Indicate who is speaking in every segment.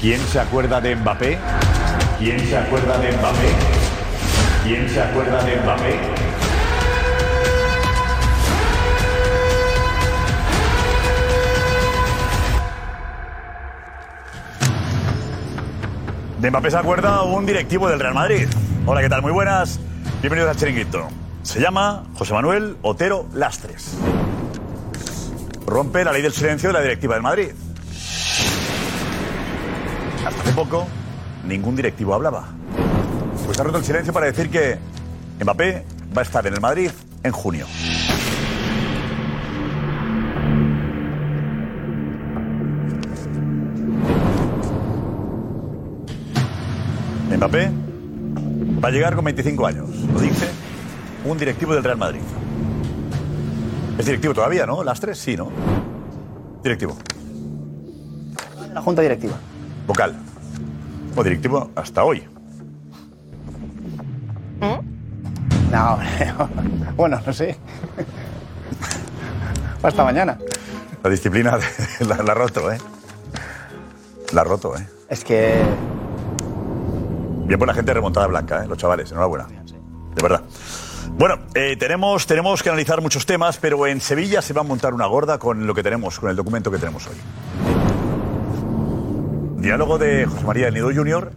Speaker 1: ¿Quién se acuerda de Mbappé? ¿Quién se acuerda de Mbappé? ¿Quién se acuerda de Mbappé? De Mbappé se acuerda un directivo del Real Madrid. Hola, ¿qué tal? Muy buenas. Bienvenidos a Chiringuito. Se llama José Manuel Otero Lastres. Rompe la ley del silencio de la directiva del Madrid. Hasta hace poco, ningún directivo hablaba. Pues ha roto el silencio para decir que Mbappé va a estar en el Madrid en junio. Mbappé va a llegar con 25 años, lo dice un directivo del Real Madrid. Es directivo todavía, ¿no? Las tres, sí, ¿no? Directivo.
Speaker 2: La junta directiva.
Speaker 1: Vocal. O directivo hasta hoy.
Speaker 2: No, hombre, bueno, no sé. Hasta mañana.
Speaker 1: La disciplina de- la, la ha roto, ¿eh? La ha roto, ¿eh?
Speaker 2: Es que
Speaker 1: Bien por la gente de remontada blanca, ¿eh? Los chavales, enhorabuena. De verdad. Bueno, eh, tenemos, tenemos que analizar muchos temas, pero en Sevilla se va a montar una gorda con lo que tenemos, con el documento que tenemos hoy. Diálogo de José María del Nido Jr.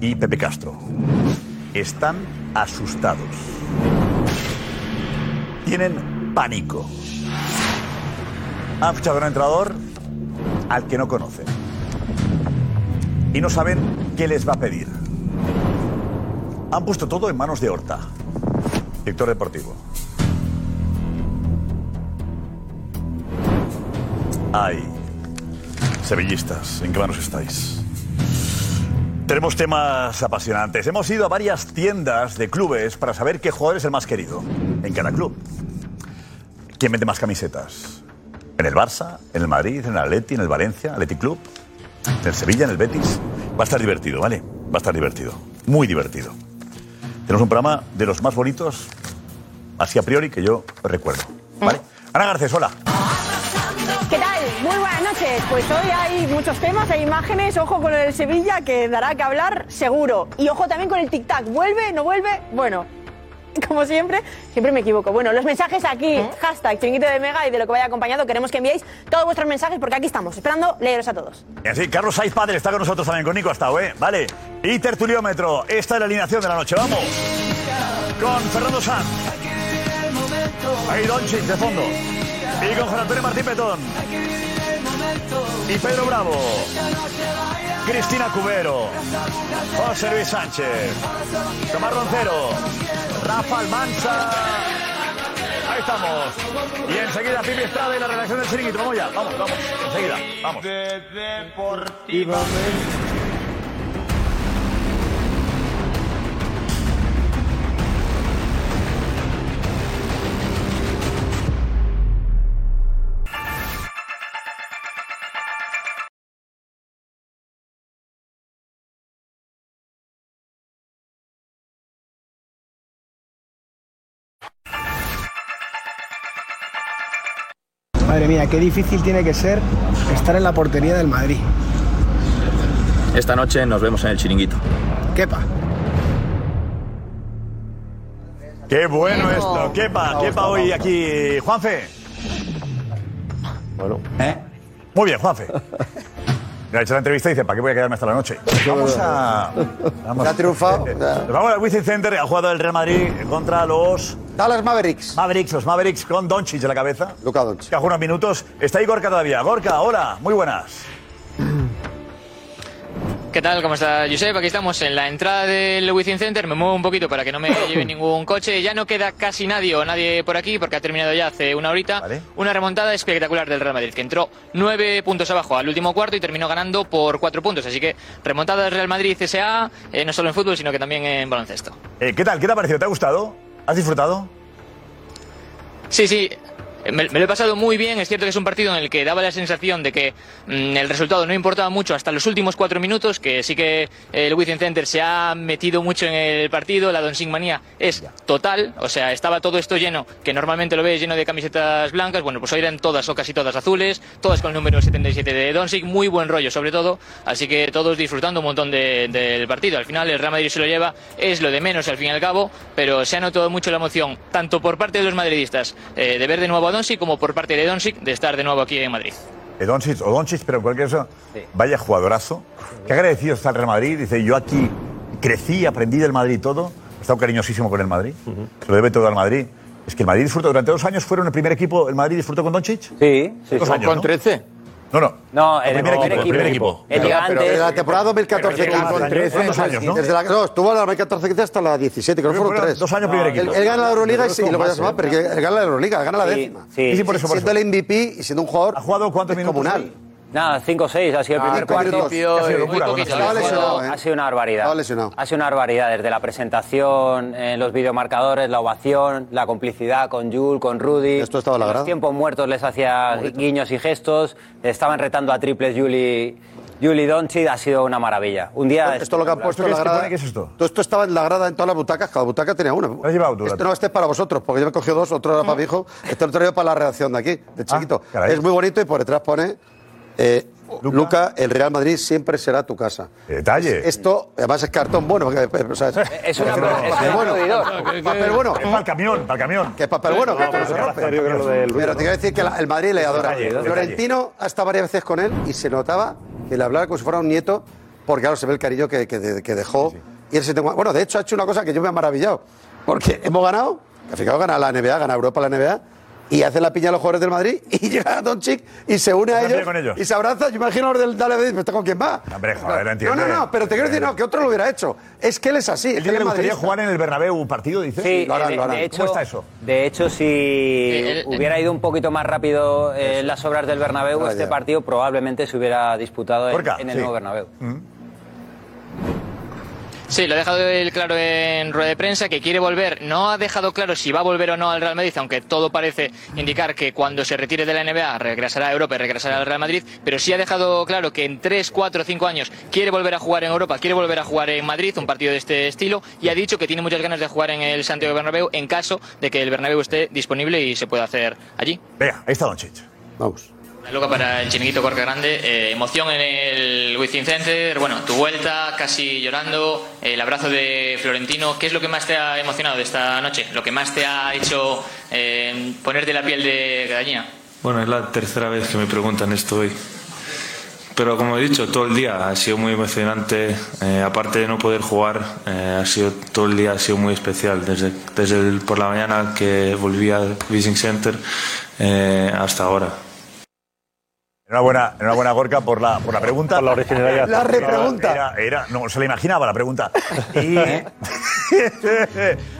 Speaker 1: y Pepe Castro. Están asustados. Tienen pánico. Han fichado a un entrenador al que no conocen. Y no saben qué les va a pedir. Han puesto todo en manos de Horta, director deportivo. Ay, sevillistas, ¿en qué manos estáis? Tenemos temas apasionantes. Hemos ido a varias tiendas de clubes para saber qué jugador es el más querido en cada club. ¿Quién vende más camisetas? ¿En el Barça? ¿En el Madrid? ¿En el Atleti? ¿En el Valencia? ¿Atleti Club? ¿En el Sevilla? ¿En el Betis? Va a estar divertido, ¿vale? Va a estar divertido. Muy divertido. Tenemos un programa de los más bonitos, así a priori, que yo recuerdo. ¿Vale? Ana Garcés, hola.
Speaker 3: ¿Qué tal? Muy buenas noches. Pues hoy hay muchos temas, hay imágenes. Ojo con el Sevilla, que dará que hablar seguro. Y ojo también con el tic-tac. ¿Vuelve? ¿No vuelve? Bueno, como siempre, siempre me equivoco. Bueno, los mensajes aquí, hashtag chiringuito de Mega y de lo que vaya acompañado, queremos que enviéis todos vuestros mensajes porque aquí estamos, esperando leeros a todos.
Speaker 1: Y así, Carlos Saiz Padre está con nosotros también, con Nico hasta ¿eh? Vale. Y Tertuliómetro, esta es la alineación de la noche. Vamos. Con Fernando Sanz. Ahí Doncic de fondo. Y con Juan Antonio Martín Petón. Y Pedro Bravo. Cristina Cubero. José Luis Sánchez. Tomás Roncero. Rafa Almanza. Ahí estamos. Y enseguida Pipi Estrada y la redacción del Chiringuito. Vamos ya, vamos, vamos. Enseguida, vamos.
Speaker 4: Madre mía, qué difícil tiene que ser estar en la portería del Madrid.
Speaker 5: Esta noche nos vemos en el chiringuito.
Speaker 4: Kepa.
Speaker 1: Qué bueno esto. Quepa, quepa hoy aquí. Juanfe. Bueno. Muy bien, Juanfe. Le ha hecho la entrevista y dice, ¿para qué voy a quedarme hasta la noche? Vamos a... Vamos.
Speaker 6: Ha triunfado.
Speaker 1: Nos Vamos al Wizzing Center, ha jugado el Real Madrid contra los...
Speaker 6: Dallas Mavericks.
Speaker 1: Mavericks, los Mavericks con Doncic en la cabeza. Luka Doncic. Que ha jugado unos minutos. Está ahí Gorka todavía. Gorka, hola, muy buenas.
Speaker 7: ¿Qué tal? ¿Cómo está Josep? Aquí estamos en la entrada del Wizzing Center. Me muevo un poquito para que no me lleve ningún coche. Ya no queda casi nadie o nadie por aquí porque ha terminado ya hace una horita. Una remontada espectacular del Real Madrid que entró nueve puntos abajo al último cuarto y terminó ganando por cuatro puntos. Así que remontada del Real Madrid CSA, eh, no solo en fútbol sino que también en baloncesto.
Speaker 1: Eh, ¿Qué tal? ¿Qué te ha parecido? ¿Te ha gustado? ¿Has disfrutado?
Speaker 7: Sí, sí. Eh, Me, me lo he pasado muy bien. Es cierto que es un partido en el que daba la sensación de que mm, el resultado no importaba mucho hasta los últimos cuatro minutos, que sí que eh, el Wizzing Center se ha metido mucho en el partido. La Don Manía es total. O sea, estaba todo esto lleno, que normalmente lo ves lleno de camisetas blancas. Bueno, pues hoy eran todas o casi todas azules, todas con el número 77 de Donsic. Muy buen rollo, sobre todo. Así que todos disfrutando un montón de- del partido. Al final, el Real Madrid se lo lleva, es lo de menos al fin y al cabo, pero se ha notado mucho la emoción, tanto por parte de los madridistas eh, de ver de nuevo a Donsic, como por parte de Donsic de estar de nuevo aquí en Madrid.
Speaker 1: Eh, Doncic, o Doncic, pero en cualquier caso, vaya jugadorazo. Qué agradecido está el Real Madrid. Dice, yo aquí crecí, aprendí del Madrid todo. He estado cariñosísimo con el Madrid. Se lo debe todo al Madrid. Es que el Madrid disfrutó durante dos años, fueron el primer equipo. ¿El Madrid disfrutó con Doncic?
Speaker 6: Sí, sí.
Speaker 1: Dos
Speaker 6: sí.
Speaker 1: años, ¿no?
Speaker 8: 13?
Speaker 1: No, no.
Speaker 6: No,
Speaker 1: el
Speaker 6: el
Speaker 1: primer equipo, el primer equipo.
Speaker 6: El
Speaker 1: Pero-
Speaker 6: gigante.
Speaker 8: Desde la temporada 2014
Speaker 1: Pero llegaban 13
Speaker 8: 15
Speaker 1: años, ¿no?
Speaker 8: Desde la, no, estuvo la 2014 15 hasta la 17, creo que
Speaker 1: Creo que
Speaker 8: fueron
Speaker 1: fueron
Speaker 8: tres.
Speaker 1: dos años primer
Speaker 8: Él-
Speaker 1: equipo.
Speaker 8: Él, gana la Euroliga y,
Speaker 1: Pero
Speaker 8: y lo
Speaker 1: con
Speaker 8: voy a
Speaker 1: base,
Speaker 8: llamar, pero que él gana la Euroliga, gana la
Speaker 6: Sí,
Speaker 8: décima.
Speaker 6: sí. Sí, sí,
Speaker 1: por eso, por
Speaker 8: siendo
Speaker 1: eso.
Speaker 8: el MVP y siendo un jugador
Speaker 1: ¿Ha jugado cuántos minutos
Speaker 8: comunal.
Speaker 1: hoy?
Speaker 6: Nada, 5 o 6, ha sido el primer
Speaker 8: pero
Speaker 6: cuarto.
Speaker 8: minutos.
Speaker 1: Ha sido
Speaker 7: Muy
Speaker 1: locura,
Speaker 7: poquito,
Speaker 1: bueno,
Speaker 8: Estaba
Speaker 7: Bueno,
Speaker 8: lesionado, ¿eh?
Speaker 6: Ha sido una barbaridad.
Speaker 8: Estaba lesionado.
Speaker 6: Ha sido una barbaridad, desde la presentación, eh, los videomarcadores, la ovación, la complicidad con Jul, con Rudy.
Speaker 8: Esto estaba la grada.
Speaker 6: Los tiempos muertos les hacía guiños y gestos. Estaban retando a triples Juli y Doncic. Ha sido una maravilla. Un día.
Speaker 8: Esto lo que han puesto en
Speaker 1: qué
Speaker 8: la
Speaker 1: es que
Speaker 8: grada.
Speaker 1: pone? ¿Qué es esto?
Speaker 8: Todo esto estaba en la grada en todas las butacas, cada butaca tenía una.
Speaker 1: has llevado tú,
Speaker 8: Esto
Speaker 1: Gato?
Speaker 8: no, este es para vosotros, porque yo me he cogido dos, otro era para mi hijo, este lo traigo para la redacción de aquí, de chiquito.
Speaker 1: Ah, caray.
Speaker 8: es muy bonito y por detrás pone. eh,
Speaker 1: Luca.
Speaker 8: Luca. el Real Madrid siempre será tu casa.
Speaker 1: Qué detalle.
Speaker 8: Esto, además es cartón bueno. porque, eh, o sea, es,
Speaker 6: Es una- es
Speaker 8: papel
Speaker 6: un
Speaker 8: bueno.
Speaker 6: aplaudidor.
Speaker 8: Papel bueno.
Speaker 1: Es para el camión, para el camión.
Speaker 8: Que es papel bueno, que esto no se rompe. Pero te quiero decir que la- el Madrid le adora.
Speaker 1: detalle, detalle.
Speaker 8: Florentino ha estado varias veces con él y se notaba que le hablaba como si fuera un nieto, porque claro, se ve el cariño que, que- que dejó. Y él se tengo- Bueno, de hecho ha hecho una cosa que yo me ha maravillado, porque hemos ganado, que fijaos, gana la NBA, gana Europa la NBA, y hace la piña a los jugadores del Madrid, y llega Doncic y se une a
Speaker 1: Se
Speaker 8: ellos,
Speaker 1: pone con ellos.
Speaker 8: y se abraza. Yo imagino ahora del Dale David, ¿pero está con quién va?
Speaker 1: Hombre, joder,
Speaker 8: no,
Speaker 1: entiende.
Speaker 8: no, no, pero te quiero decir, no, que otro lo hubiera hecho. Es que él es así. es
Speaker 1: ¿El
Speaker 8: que él
Speaker 1: día que le
Speaker 8: es
Speaker 1: gustaría
Speaker 8: madridista.
Speaker 1: jugar en el Bernabéu, un partido, dices?
Speaker 6: Sí,
Speaker 8: Lo harán,
Speaker 6: de,
Speaker 8: lo harán.
Speaker 6: de hecho,
Speaker 1: ¿Cómo está eso?
Speaker 6: De hecho,
Speaker 7: el-
Speaker 6: si
Speaker 7: el-
Speaker 6: hubiera ido un poquito más rápido eh, las obras del Bernabéu,
Speaker 8: Ah,
Speaker 6: este
Speaker 8: ya.
Speaker 6: partido probablemente se hubiera disputado en,
Speaker 1: Gorka,
Speaker 6: en el
Speaker 1: sí. Mm.
Speaker 6: nuevo Bernabéu.
Speaker 7: Sí, lo ha dejado él claro en rueda de prensa, que quiere volver. No ha dejado claro si va a volver o no al Real Madrid, aunque todo parece indicar que cuando se retire de la NBA regresará a Europa y regresará al Real Madrid. Pero sí ha dejado claro que en 3, 4, 5 años quiere volver a jugar en Europa, quiere volver a jugar en Madrid, un partido de este estilo. Y ha dicho que tiene muchas ganas de jugar en el Santiago Bernabéu en caso de que el Bernabéu esté disponible y se pueda hacer allí.
Speaker 1: Venga, ahí está Doncic.
Speaker 8: Vamos.
Speaker 7: Una Loca para el chiringuito Corca Grande, eh, emoción en el Wizzing Center, bueno, tu vuelta, casi llorando, el abrazo de Florentino. ¿Qué es lo que más te ha emocionado de esta noche? ¿Lo que más te ha hecho eh, ponerte la piel de gallina?
Speaker 9: Bueno, es la tercera vez que me preguntan esto hoy. Pero como he dicho, todo el día ha sido muy emocionante. Eh, aparte de no poder jugar, eh, ha sido, todo el día ha sido muy especial. Desde, desde el- por la mañana que volví al Visiting Center eh, hasta ahora.
Speaker 1: Enhorabuena, enhorabuena Gorka por la, por la pregunta. Por la originalidad.
Speaker 8: La repregunta. ¿Eh?
Speaker 1: Era, era- no, se la imaginaba la pregunta. Y.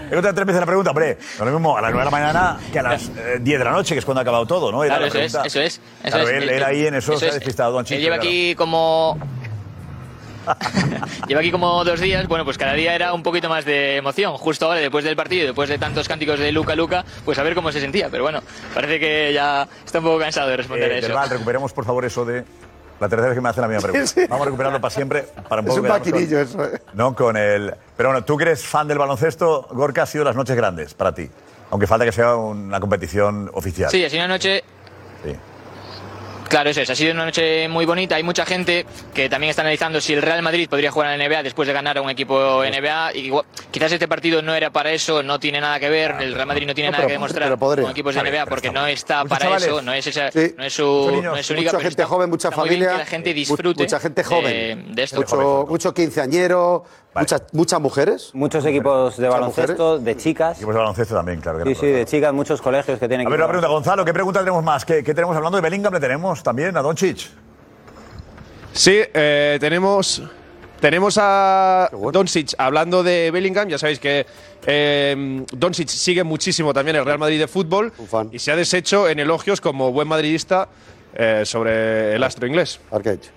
Speaker 1: He contado tres veces la pregunta, hombre. No es lo mismo a las 9 de la mañana que a las eh, 10 de la noche, que es cuando ha acabado todo, ¿no? Era
Speaker 7: Claro,
Speaker 1: la
Speaker 7: eso es,
Speaker 1: pregunta.
Speaker 7: eso es. Eso
Speaker 1: Claro,
Speaker 7: es.
Speaker 1: él
Speaker 7: Él-
Speaker 1: era ahí en eso,
Speaker 7: eso
Speaker 1: se ha
Speaker 7: es.
Speaker 1: despistado, Don Chicho,
Speaker 7: Él lleva
Speaker 1: claro.
Speaker 7: aquí como. lleva aquí como dos días. Bueno, pues cada día era un poquito más de emoción. Justo ahora, después del partido, después de tantos cánticos de Luca Luca, pues a ver cómo se sentía. Pero bueno, parece que ya está un poco cansado de responder a
Speaker 1: Eh,
Speaker 7: eso.
Speaker 1: Verbal, recuperemos por favor eso de la tercera vez que me hacen la misma pregunta.
Speaker 8: Sí, sí.
Speaker 1: Vamos a recuperarlo para siempre. Para un
Speaker 8: Es
Speaker 1: poco
Speaker 8: un
Speaker 1: quedarnos
Speaker 8: maquinillo
Speaker 1: con-
Speaker 8: eso, eh.
Speaker 1: No con el. Pero bueno, tú que eres fan del baloncesto, Gorka, ha sido las noches grandes para ti. Aunque falta que sea una competición oficial.
Speaker 7: Sí, así una noche
Speaker 1: Sí.
Speaker 7: Claro, eso es. Ha sido una noche muy bonita. Hay mucha gente que también está analizando si el Real Madrid podría jugar en la NBA después de ganar a un equipo NBA. Y igual- quizás este partido no era para eso, no tiene nada que ver. El Real Madrid no tiene
Speaker 8: No,
Speaker 7: nada
Speaker 8: Ah, pero-
Speaker 7: que demostrar
Speaker 8: pero podría.
Speaker 7: con equipos de
Speaker 1: Está bien,
Speaker 7: NBA
Speaker 1: pero
Speaker 7: porque
Speaker 1: está
Speaker 7: no
Speaker 1: bien.
Speaker 7: está
Speaker 1: Muchos
Speaker 7: para
Speaker 1: chavales.
Speaker 7: eso, no es, esa,
Speaker 8: Sí.
Speaker 7: no es su,
Speaker 1: Muchos niños.
Speaker 7: no es su liga.
Speaker 8: mucha
Speaker 7: pero
Speaker 8: gente
Speaker 7: está-
Speaker 8: joven, mucha
Speaker 7: está muy bien
Speaker 8: familia.
Speaker 7: Que la gente
Speaker 8: mu-
Speaker 7: disfrute
Speaker 8: mucha gente joven.
Speaker 7: eh, de esto.
Speaker 8: Mucho, mucho quinceañero,
Speaker 1: Vale.
Speaker 8: muchas, muchas mujeres.
Speaker 6: Muchos equipos de
Speaker 8: Muchas
Speaker 6: baloncesto, de chicas.
Speaker 1: Equipos de baloncesto también, claro. Que
Speaker 6: Sí,
Speaker 1: no.
Speaker 6: sí, de chicas, muchos colegios que tienen
Speaker 1: A ver, una pregunta, Gonzalo, ¿qué pregunta tenemos más? ¿Qué, qué tenemos hablando de Bellingham? ¿Le tenemos también a Doncic?
Speaker 10: Sí, eh, tenemos, tenemos a Doncic hablando de Bellingham. Ya sabéis que eh, Doncic sigue muchísimo también el Real Madrid de fútbol
Speaker 8: Un fan.
Speaker 10: y se ha deshecho en elogios como buen madridista eh, sobre
Speaker 8: Ah,
Speaker 10: el astro inglés.
Speaker 8: Arcade.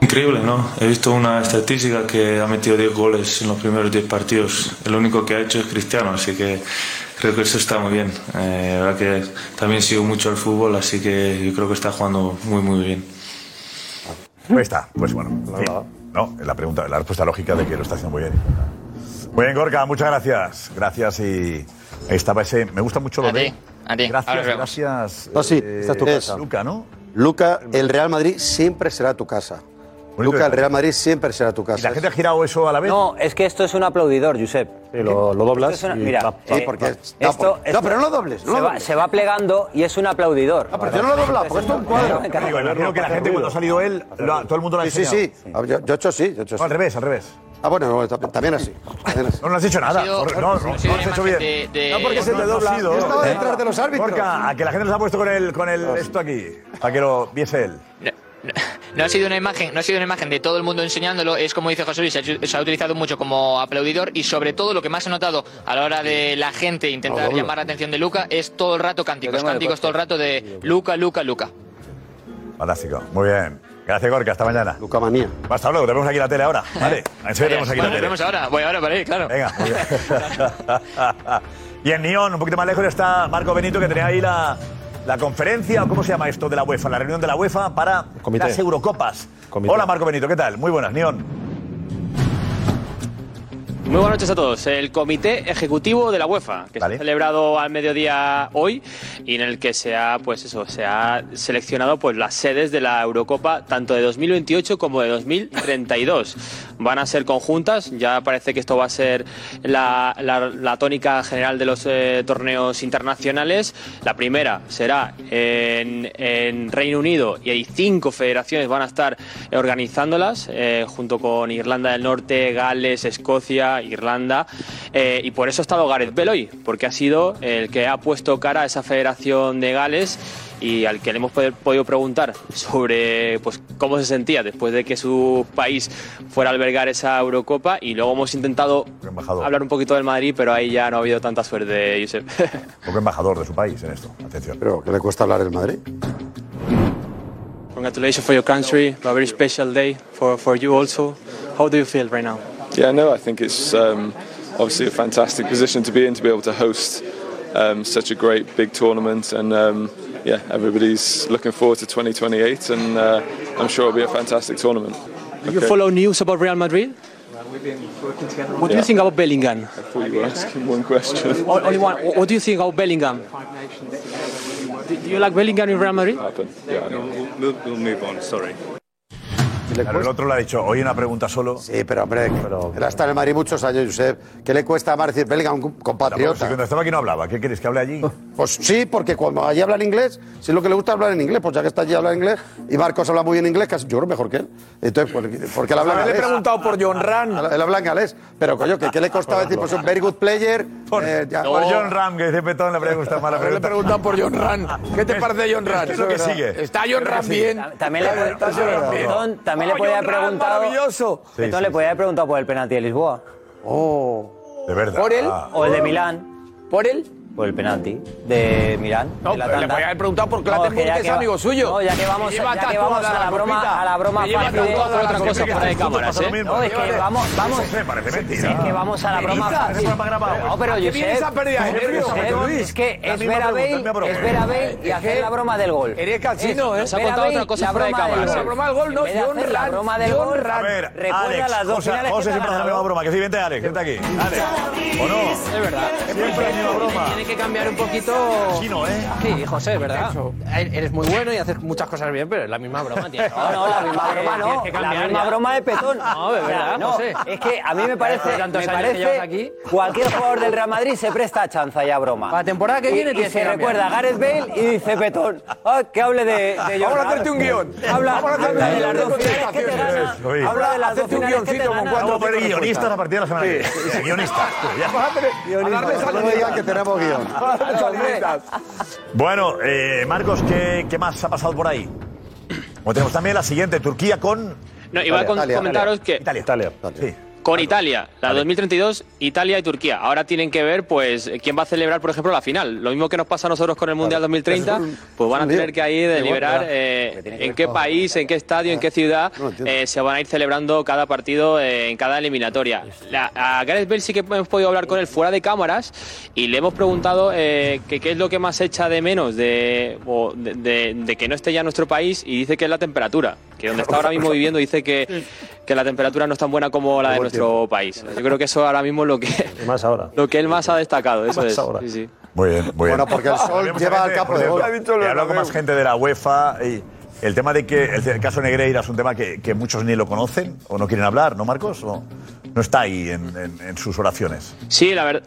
Speaker 9: Increíble, ¿no? He visto una estadística que ha metido 10 goles en los primeros 10 partidos. El único que ha hecho es Cristiano, así que creo que eso está muy bien. Eh, la verdad que también sigo mucho el fútbol, así que yo creo que está jugando muy, muy bien.
Speaker 1: Pues está, pues bueno. sí. No, la pregunta, la respuesta lógica de que lo está haciendo muy bien. Muy bien, Gorka, muchas gracias. Gracias y ahí estaba ese. Me gusta mucho lo
Speaker 7: A
Speaker 1: de.
Speaker 7: ti, a ti.
Speaker 1: Gracias,
Speaker 7: Ahora nos vemos.
Speaker 1: gracias.
Speaker 8: No, Ah, sí,
Speaker 1: eh,
Speaker 8: esta es tu casa.
Speaker 1: Luca, ¿no?
Speaker 8: Luca, el Real Madrid siempre será tu casa. Luca, el Real Madrid siempre será tu casa.
Speaker 1: ¿La gente ha girado eso a la vez?
Speaker 6: No, es que esto es un aplaudidor, Josep.
Speaker 8: lo- lo doblas
Speaker 6: Esto es
Speaker 8: y
Speaker 6: mira,
Speaker 8: pa- pa-
Speaker 6: eh,
Speaker 8: porque-
Speaker 6: esto,
Speaker 8: no, porque-
Speaker 6: esto-
Speaker 8: no, pero no lo dobles, no
Speaker 6: se,
Speaker 8: lo
Speaker 6: va,
Speaker 8: dobles.
Speaker 6: se va plegando y es un aplaudidor. Ah,
Speaker 8: pero yo no lo he doblado, porque esto es un cuadro.
Speaker 1: Digo, imagino que la gente cuando ha salido él, lo ha- todo el mundo lo ha
Speaker 8: Sí, sí,
Speaker 1: enseñado.
Speaker 8: sí. Ah, Yo, yo he hecho sí, yo he hecho
Speaker 1: No, al
Speaker 8: sí.
Speaker 1: revés, al revés.
Speaker 8: Ah, bueno, no, tam- también así. también así.
Speaker 1: No, no has dicho nada.
Speaker 8: sido-
Speaker 1: Jorge, no, no,
Speaker 8: ha
Speaker 1: no,
Speaker 8: sido
Speaker 1: lo has
Speaker 8: una
Speaker 1: hecho bien.
Speaker 8: imagen de- de- No, porque se te dobla.
Speaker 1: ha sido.
Speaker 8: Yo estaba detrás de los árbitros.
Speaker 1: Gorka, a que la gente nos ha puesto con el, con el esto aquí, para que lo viese él.
Speaker 7: No ha sido una imagen, no ha sido una imagen de todo el mundo enseñándolo, es como dice José Luis, se ha, hecho- se ha utilizado mucho como aplaudidor y sobre todo lo que más he notado a la hora de la gente intentar
Speaker 11: Pablo.
Speaker 7: llamar la atención de Luca es todo el rato cánticos,
Speaker 11: tengo el
Speaker 7: cánticos todo el rato de Luca, Luca, Luca.
Speaker 1: Fantástico. Muy bien. Gracias, Gorka. Hasta mañana.
Speaker 8: Luca Manía.
Speaker 1: Hasta luego. Tenemos aquí la tele ahora. Vale. En serio, tenemos aquí la
Speaker 7: Bueno,
Speaker 1: tele.
Speaker 7: tenemos ahora, voy ahora para ahí, claro.
Speaker 1: Venga, muy bien. y en Neón, un poquito más lejos, está Marco Benito, que tenía ahí la, la conferencia, o ¿cómo se llama esto? De la UEFA, la reunión de la UEFA para
Speaker 12: Comité.
Speaker 1: las Eurocopas.
Speaker 12: Comité.
Speaker 1: Hola, Marco Benito, ¿qué tal? Muy buenas, Neón.
Speaker 12: Muy buenas noches a todos. El Comité Ejecutivo de la UEFA, que se ha celebrado al mediodía hoy y en el que se ha, pues eso, se ha seleccionado pues las sedes de la Eurocopa tanto de 2028 como de 2032. Van a ser conjuntas. Ya parece que esto va a ser la, la- la tónica general de los eh, torneos internacionales. La primera será en, en Reino Unido y hay cinco federaciones van a estar eh, organizándolas eh, junto con Irlanda del Norte, Gales, Escocia, Irlanda. eh, y por eso ha estado Gareth Bell hoy, porque ha sido el que ha puesto cara a esa federación de Gales y al que le hemos poder- podido preguntar sobre pues, cómo se sentía después de que su país fuera a albergar esa Eurocopa y luego hemos intentado hablar un poquito del Madrid, pero ahí ya no ha habido tanta suerte, Josep.
Speaker 1: Poco embajador de su país en esto. Atención.
Speaker 8: Pero que le cuesta hablar el Madrid.
Speaker 13: Congratulations for your country. A very special day for, for you also. How do you feel right now?
Speaker 11: Yeah, no, I think it's um, obviously a fantastic position to be in to be able to host um, such a great big tournament, and um, yeah, everybody's looking forward to 2028, and uh, I'm sure it'll be a fantastic tournament.
Speaker 13: Do you follow news about Real Madrid? What do you
Speaker 11: Yeah.
Speaker 13: think about Bellingham?
Speaker 11: I thought you were asking one question.
Speaker 13: O- Only one. What do you think about Bellingham? Do do you like Bellingham in Real Madrid?
Speaker 11: Yeah, we'll, we'll move on. Sorry.
Speaker 1: Claro, el otro le ha dicho, hoy una pregunta solo.
Speaker 8: Sí, pero hombre, pero, él ha estado en el Madrid muchos años, Josep. ¿Qué le cuesta a Mar decir, venga, un
Speaker 1: Tampoco, si
Speaker 8: compatriota?
Speaker 1: cuando estaba aquí no hablaba, ¿qué quieres que hable allí?
Speaker 8: Pues sí, porque cuando allí hablan inglés, si es lo que le gusta hablar en inglés, pues ya que está allí habla inglés, y Marcos habla muy bien inglés, casi, yo creo mejor que él. Entonces, ¿por, qué- por qué él
Speaker 1: Ah,
Speaker 8: habla en
Speaker 14: Le he
Speaker 8: galés?
Speaker 14: preguntado por John Ran.
Speaker 8: Él habla en galés, pero coño, ¿qué, qué le costaba decir, pues un very good player? Eh, Por,
Speaker 1: Por John Ram, que dice Petón, le pregunta mala
Speaker 14: Eh, Le he
Speaker 1: pregunta.
Speaker 14: preguntado por John Ran. ¿Qué te
Speaker 1: Es-
Speaker 14: parece John Ran?
Speaker 1: es lo que sigue.
Speaker 14: Está John Ran bien.
Speaker 6: También le,
Speaker 14: Está John Ran bien.
Speaker 6: Petón, también le
Speaker 14: Oh,
Speaker 6: podía
Speaker 14: John
Speaker 6: haber
Speaker 14: Ran,
Speaker 6: preguntado.
Speaker 14: maravilloso.
Speaker 6: Petón le podía haber preguntado por el penalti de Lisboa.
Speaker 1: Oh. De verdad.
Speaker 14: ¿Por él?
Speaker 6: O el de Milán.
Speaker 14: ¿Por él?
Speaker 6: Por el penalti de Milán.
Speaker 14: No,
Speaker 6: de la
Speaker 14: pero le
Speaker 6: tanda.
Speaker 14: podía haber preguntado por
Speaker 6: No,
Speaker 14: Klatenburg,
Speaker 6: es que ya
Speaker 14: que es
Speaker 6: que va-
Speaker 14: amigo suyo.
Speaker 6: No, ya que vamos,
Speaker 14: Me lleva
Speaker 6: ya que vamos
Speaker 14: tatuada
Speaker 6: a la broma, a la broma
Speaker 14: Me lleva
Speaker 6: fácil.
Speaker 14: tatuada la
Speaker 6: Otra cosa
Speaker 14: copita.
Speaker 6: fuera de
Speaker 14: Esto
Speaker 6: cámaras,
Speaker 14: pasa lo
Speaker 6: ¿eh?
Speaker 14: mismo.
Speaker 6: No, es
Speaker 14: Llévate.
Speaker 6: que vamos, vamos.
Speaker 1: Eso se parece mentira.
Speaker 6: Sí, que vamos a la broma
Speaker 1: Mentira, ese
Speaker 6: fácil.
Speaker 1: programa grabado.
Speaker 6: No, pero
Speaker 1: ¿A qué
Speaker 6: Josep,
Speaker 1: viene esa pérdida de
Speaker 6: Josep,
Speaker 1: nervios?
Speaker 6: Josep, es que
Speaker 1: La
Speaker 6: es
Speaker 1: misma
Speaker 6: ver
Speaker 1: pregunta,
Speaker 6: a
Speaker 1: la misma
Speaker 6: Bale, es
Speaker 1: broma.
Speaker 6: ver a Bale y
Speaker 14: Es
Speaker 6: hacer
Speaker 14: que
Speaker 6: la broma del gol.
Speaker 14: eres casino, ¿eh?
Speaker 6: ver a Bale, la broma del
Speaker 14: La
Speaker 6: gol.
Speaker 14: broma del gol, no,
Speaker 6: En vez de
Speaker 14: John
Speaker 6: hacer la
Speaker 14: Ran.
Speaker 6: broma del
Speaker 14: John
Speaker 6: gol,
Speaker 14: Ran.
Speaker 1: A ver,
Speaker 6: Recuerda
Speaker 1: Alex,
Speaker 6: las dos
Speaker 1: José-
Speaker 6: finales que
Speaker 1: José
Speaker 6: te ha
Speaker 1: siempre hace la
Speaker 6: ganado.
Speaker 1: misma broma, que sí, vente Alex, vente aquí. Alex, ¿o no?
Speaker 12: Es verdad.
Speaker 1: Siempre la misma broma.
Speaker 12: Tiene que cambiar un poquito.
Speaker 1: Chino, ¿eh?
Speaker 12: Sí, José, es verdad. Eres muy bueno y haces muchas cosas bien, pero es la misma broma, tío. Eh,
Speaker 6: No, no, la misma broma no. La misma broma de petón.
Speaker 12: No, de
Speaker 6: O sea,
Speaker 12: verdad,
Speaker 6: no.
Speaker 12: José.
Speaker 6: Es que a mí me
Speaker 12: Después de
Speaker 6: parece,
Speaker 12: tantos
Speaker 6: me
Speaker 12: años que llevas
Speaker 6: parece
Speaker 12: aquí.
Speaker 6: cualquier jugador del Real Madrid se presta a chanza y a broma.
Speaker 12: Para la temporada que
Speaker 6: Y-
Speaker 12: viene
Speaker 6: y,
Speaker 12: tienes
Speaker 6: se
Speaker 12: que cambiar.
Speaker 6: recuerda a Gareth Bale y dice petón. "Ah, que hable de, de John
Speaker 14: Vamos a
Speaker 6: Ram".
Speaker 14: hacerte un guión.
Speaker 6: Habla,
Speaker 14: Vamos a hacerte
Speaker 6: habla
Speaker 14: un
Speaker 6: de
Speaker 14: guión
Speaker 6: las
Speaker 14: de
Speaker 6: dos finales que te gana.
Speaker 1: contestaciones. Oye.
Speaker 6: Habla de las dos
Speaker 14: Hacerte un
Speaker 6: finales que te
Speaker 14: guioncito con
Speaker 6: gana.
Speaker 14: cuatro
Speaker 1: Vamos a
Speaker 14: tipos
Speaker 1: poner
Speaker 14: de
Speaker 1: guionistas
Speaker 14: respuesta.
Speaker 1: a partir de la semana que viene. Guionistas. ya está.
Speaker 14: Vamos a hacer- a darles
Speaker 8: No me digan que
Speaker 14: salida.
Speaker 8: tenemos guión.
Speaker 14: Vamos a darles saliditas.
Speaker 1: Bueno, eh, Marcos, ¿qué, qué más ha pasado por ahí? Bueno, tenemos también la siguiente, Turquía con...
Speaker 12: No, iba a con- comentaros que
Speaker 1: Italia. Pues, Italia. Sí.
Speaker 12: con Italia, la 2032, Italia y Turquía. Ahora tienen que ver, pues, quién va a celebrar, por ejemplo, la final. Lo mismo que nos pasa a nosotros con el Mundial 2030, pues van a
Speaker 6: un lío.
Speaker 12: tener que ahí
Speaker 6: Me voy a
Speaker 12: deliberar
Speaker 6: quedar.
Speaker 12: eh,
Speaker 6: tiene que
Speaker 12: en
Speaker 6: ver
Speaker 12: qué
Speaker 6: con-
Speaker 12: país, en qué estadio, en qué ciudad
Speaker 6: no lo entiendo.
Speaker 12: eh, se van a ir celebrando cada partido eh, en cada eliminatoria. La- a Gareth Bale sí que hemos podido hablar con él fuera de cámaras y le hemos preguntado eh, que qué es lo que más echa de menos de, o de- de- de que no esté ya nuestro país y dice que es la temperatura, que donde está ahora mismo viviendo dice que, que la temperatura no es tan buena como la de nuestro país. Yo creo que eso ahora mismo es lo que,
Speaker 15: Más ahora.
Speaker 12: lo que él más ha destacado. Eso
Speaker 15: Más
Speaker 12: es.
Speaker 15: ahora.
Speaker 12: Pues, Sí, sí.
Speaker 1: Muy bien, muy bien.
Speaker 12: Bueno, porque el sol
Speaker 1: Hablemos
Speaker 12: lleva
Speaker 1: también
Speaker 12: al campo
Speaker 1: por
Speaker 12: de
Speaker 1: ejemplo,
Speaker 12: gol. Ha dicho lo
Speaker 1: He hablado
Speaker 12: del
Speaker 1: con más gente de la UEFA y el tema de que el, el caso Negreira es un tema que, que muchos ni lo conocen o no quieren hablar, ¿no, Marcos? ¿O no está ahí en, en- en sus oraciones.
Speaker 12: Sí, la verdad.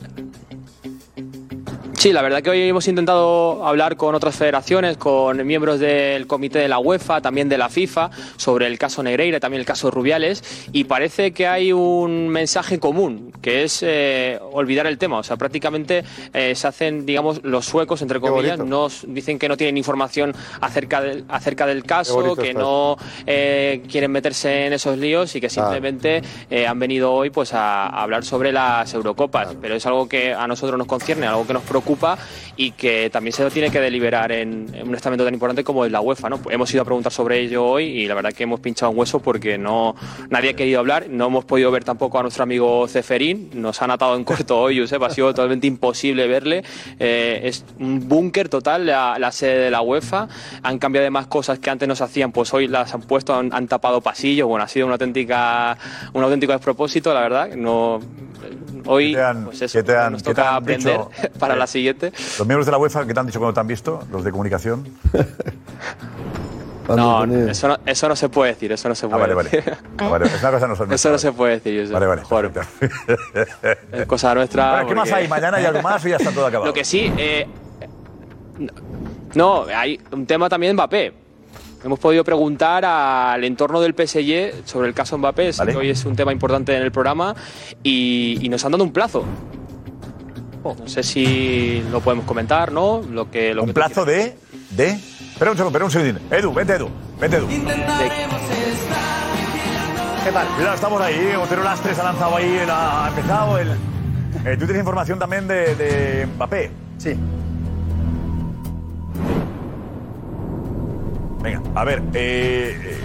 Speaker 12: Sí, la verdad que hoy hemos intentado hablar con otras federaciones, con miembros del comité de la UEFA, también de la FIFA, sobre el caso Negreira, también el caso Rubiales, y parece que hay un mensaje común, que es eh, olvidar el tema. O sea, prácticamente eh, se hacen, digamos, los suecos, entre comillas, no, dicen que no tienen información acerca del, acerca del caso,
Speaker 6: bonito
Speaker 12: que
Speaker 6: está Ah.
Speaker 12: no eh, quieren meterse en esos líos y que simplemente eh, han venido hoy pues a, a hablar sobre las Eurocopas. Pero es algo que a nosotros nos concierne, algo que nos preocupa y que también se lo tiene que deliberar en, en un estamento tan importante como es la UEFA. ¿no? Hemos ido a preguntar sobre ello hoy y la verdad que hemos pinchado un hueso porque no nadie ha querido hablar. No hemos podido ver tampoco a nuestro amigo Ceferín. Nos han atado en corto hoy, Josep. Ha sido totalmente imposible verle. Eh, es un búnker total la, la sede de la UEFA. Han cambiado además cosas que antes no se hacían, pues hoy las han puesto, han, han tapado pasillos. Bueno, ha sido una auténtica, un auténtico despropósito, la verdad. No, hoy pues eso, nos
Speaker 1: qué te
Speaker 12: toca
Speaker 1: han dicho?
Speaker 12: aprender para la siguiente.
Speaker 1: ¿Los miembros de la UEFA que te han dicho cuando te han visto? ¿Los de comunicación?
Speaker 12: No, eso no, eso no se puede decir, eso no se puede
Speaker 1: vale, vale.
Speaker 12: decir.
Speaker 1: Ah, vale, es una cosa no
Speaker 12: Eso no se puede decir, Josep.
Speaker 1: Vale, vale.
Speaker 12: Es cosa nuestra.
Speaker 1: Bueno, ¿Qué más
Speaker 12: porque-
Speaker 1: hay? ¿Mañana hay algo más o ya está todo acabado?
Speaker 12: Lo que sí, eh, no, hay un tema también de Mbappé. Hemos podido preguntar al entorno del PSG sobre el caso Mbappé, sé que hoy es un tema importante en el programa, y, y nos han dado un plazo. No sé si lo podemos comentar, ¿no? Lo que, lo
Speaker 1: Oh. Un plazo de. de. Espera un segundo, espera un segundín. Edu, vente, Edu. Vente, Edu. ¿Qué tal? Mira, estamos ahí. Otero Lastres ha lanzado ahí, el- ha empezado el. Eh, Tú tienes información también de, de Mbappé. Sí. Venga, a ver. eh, eh,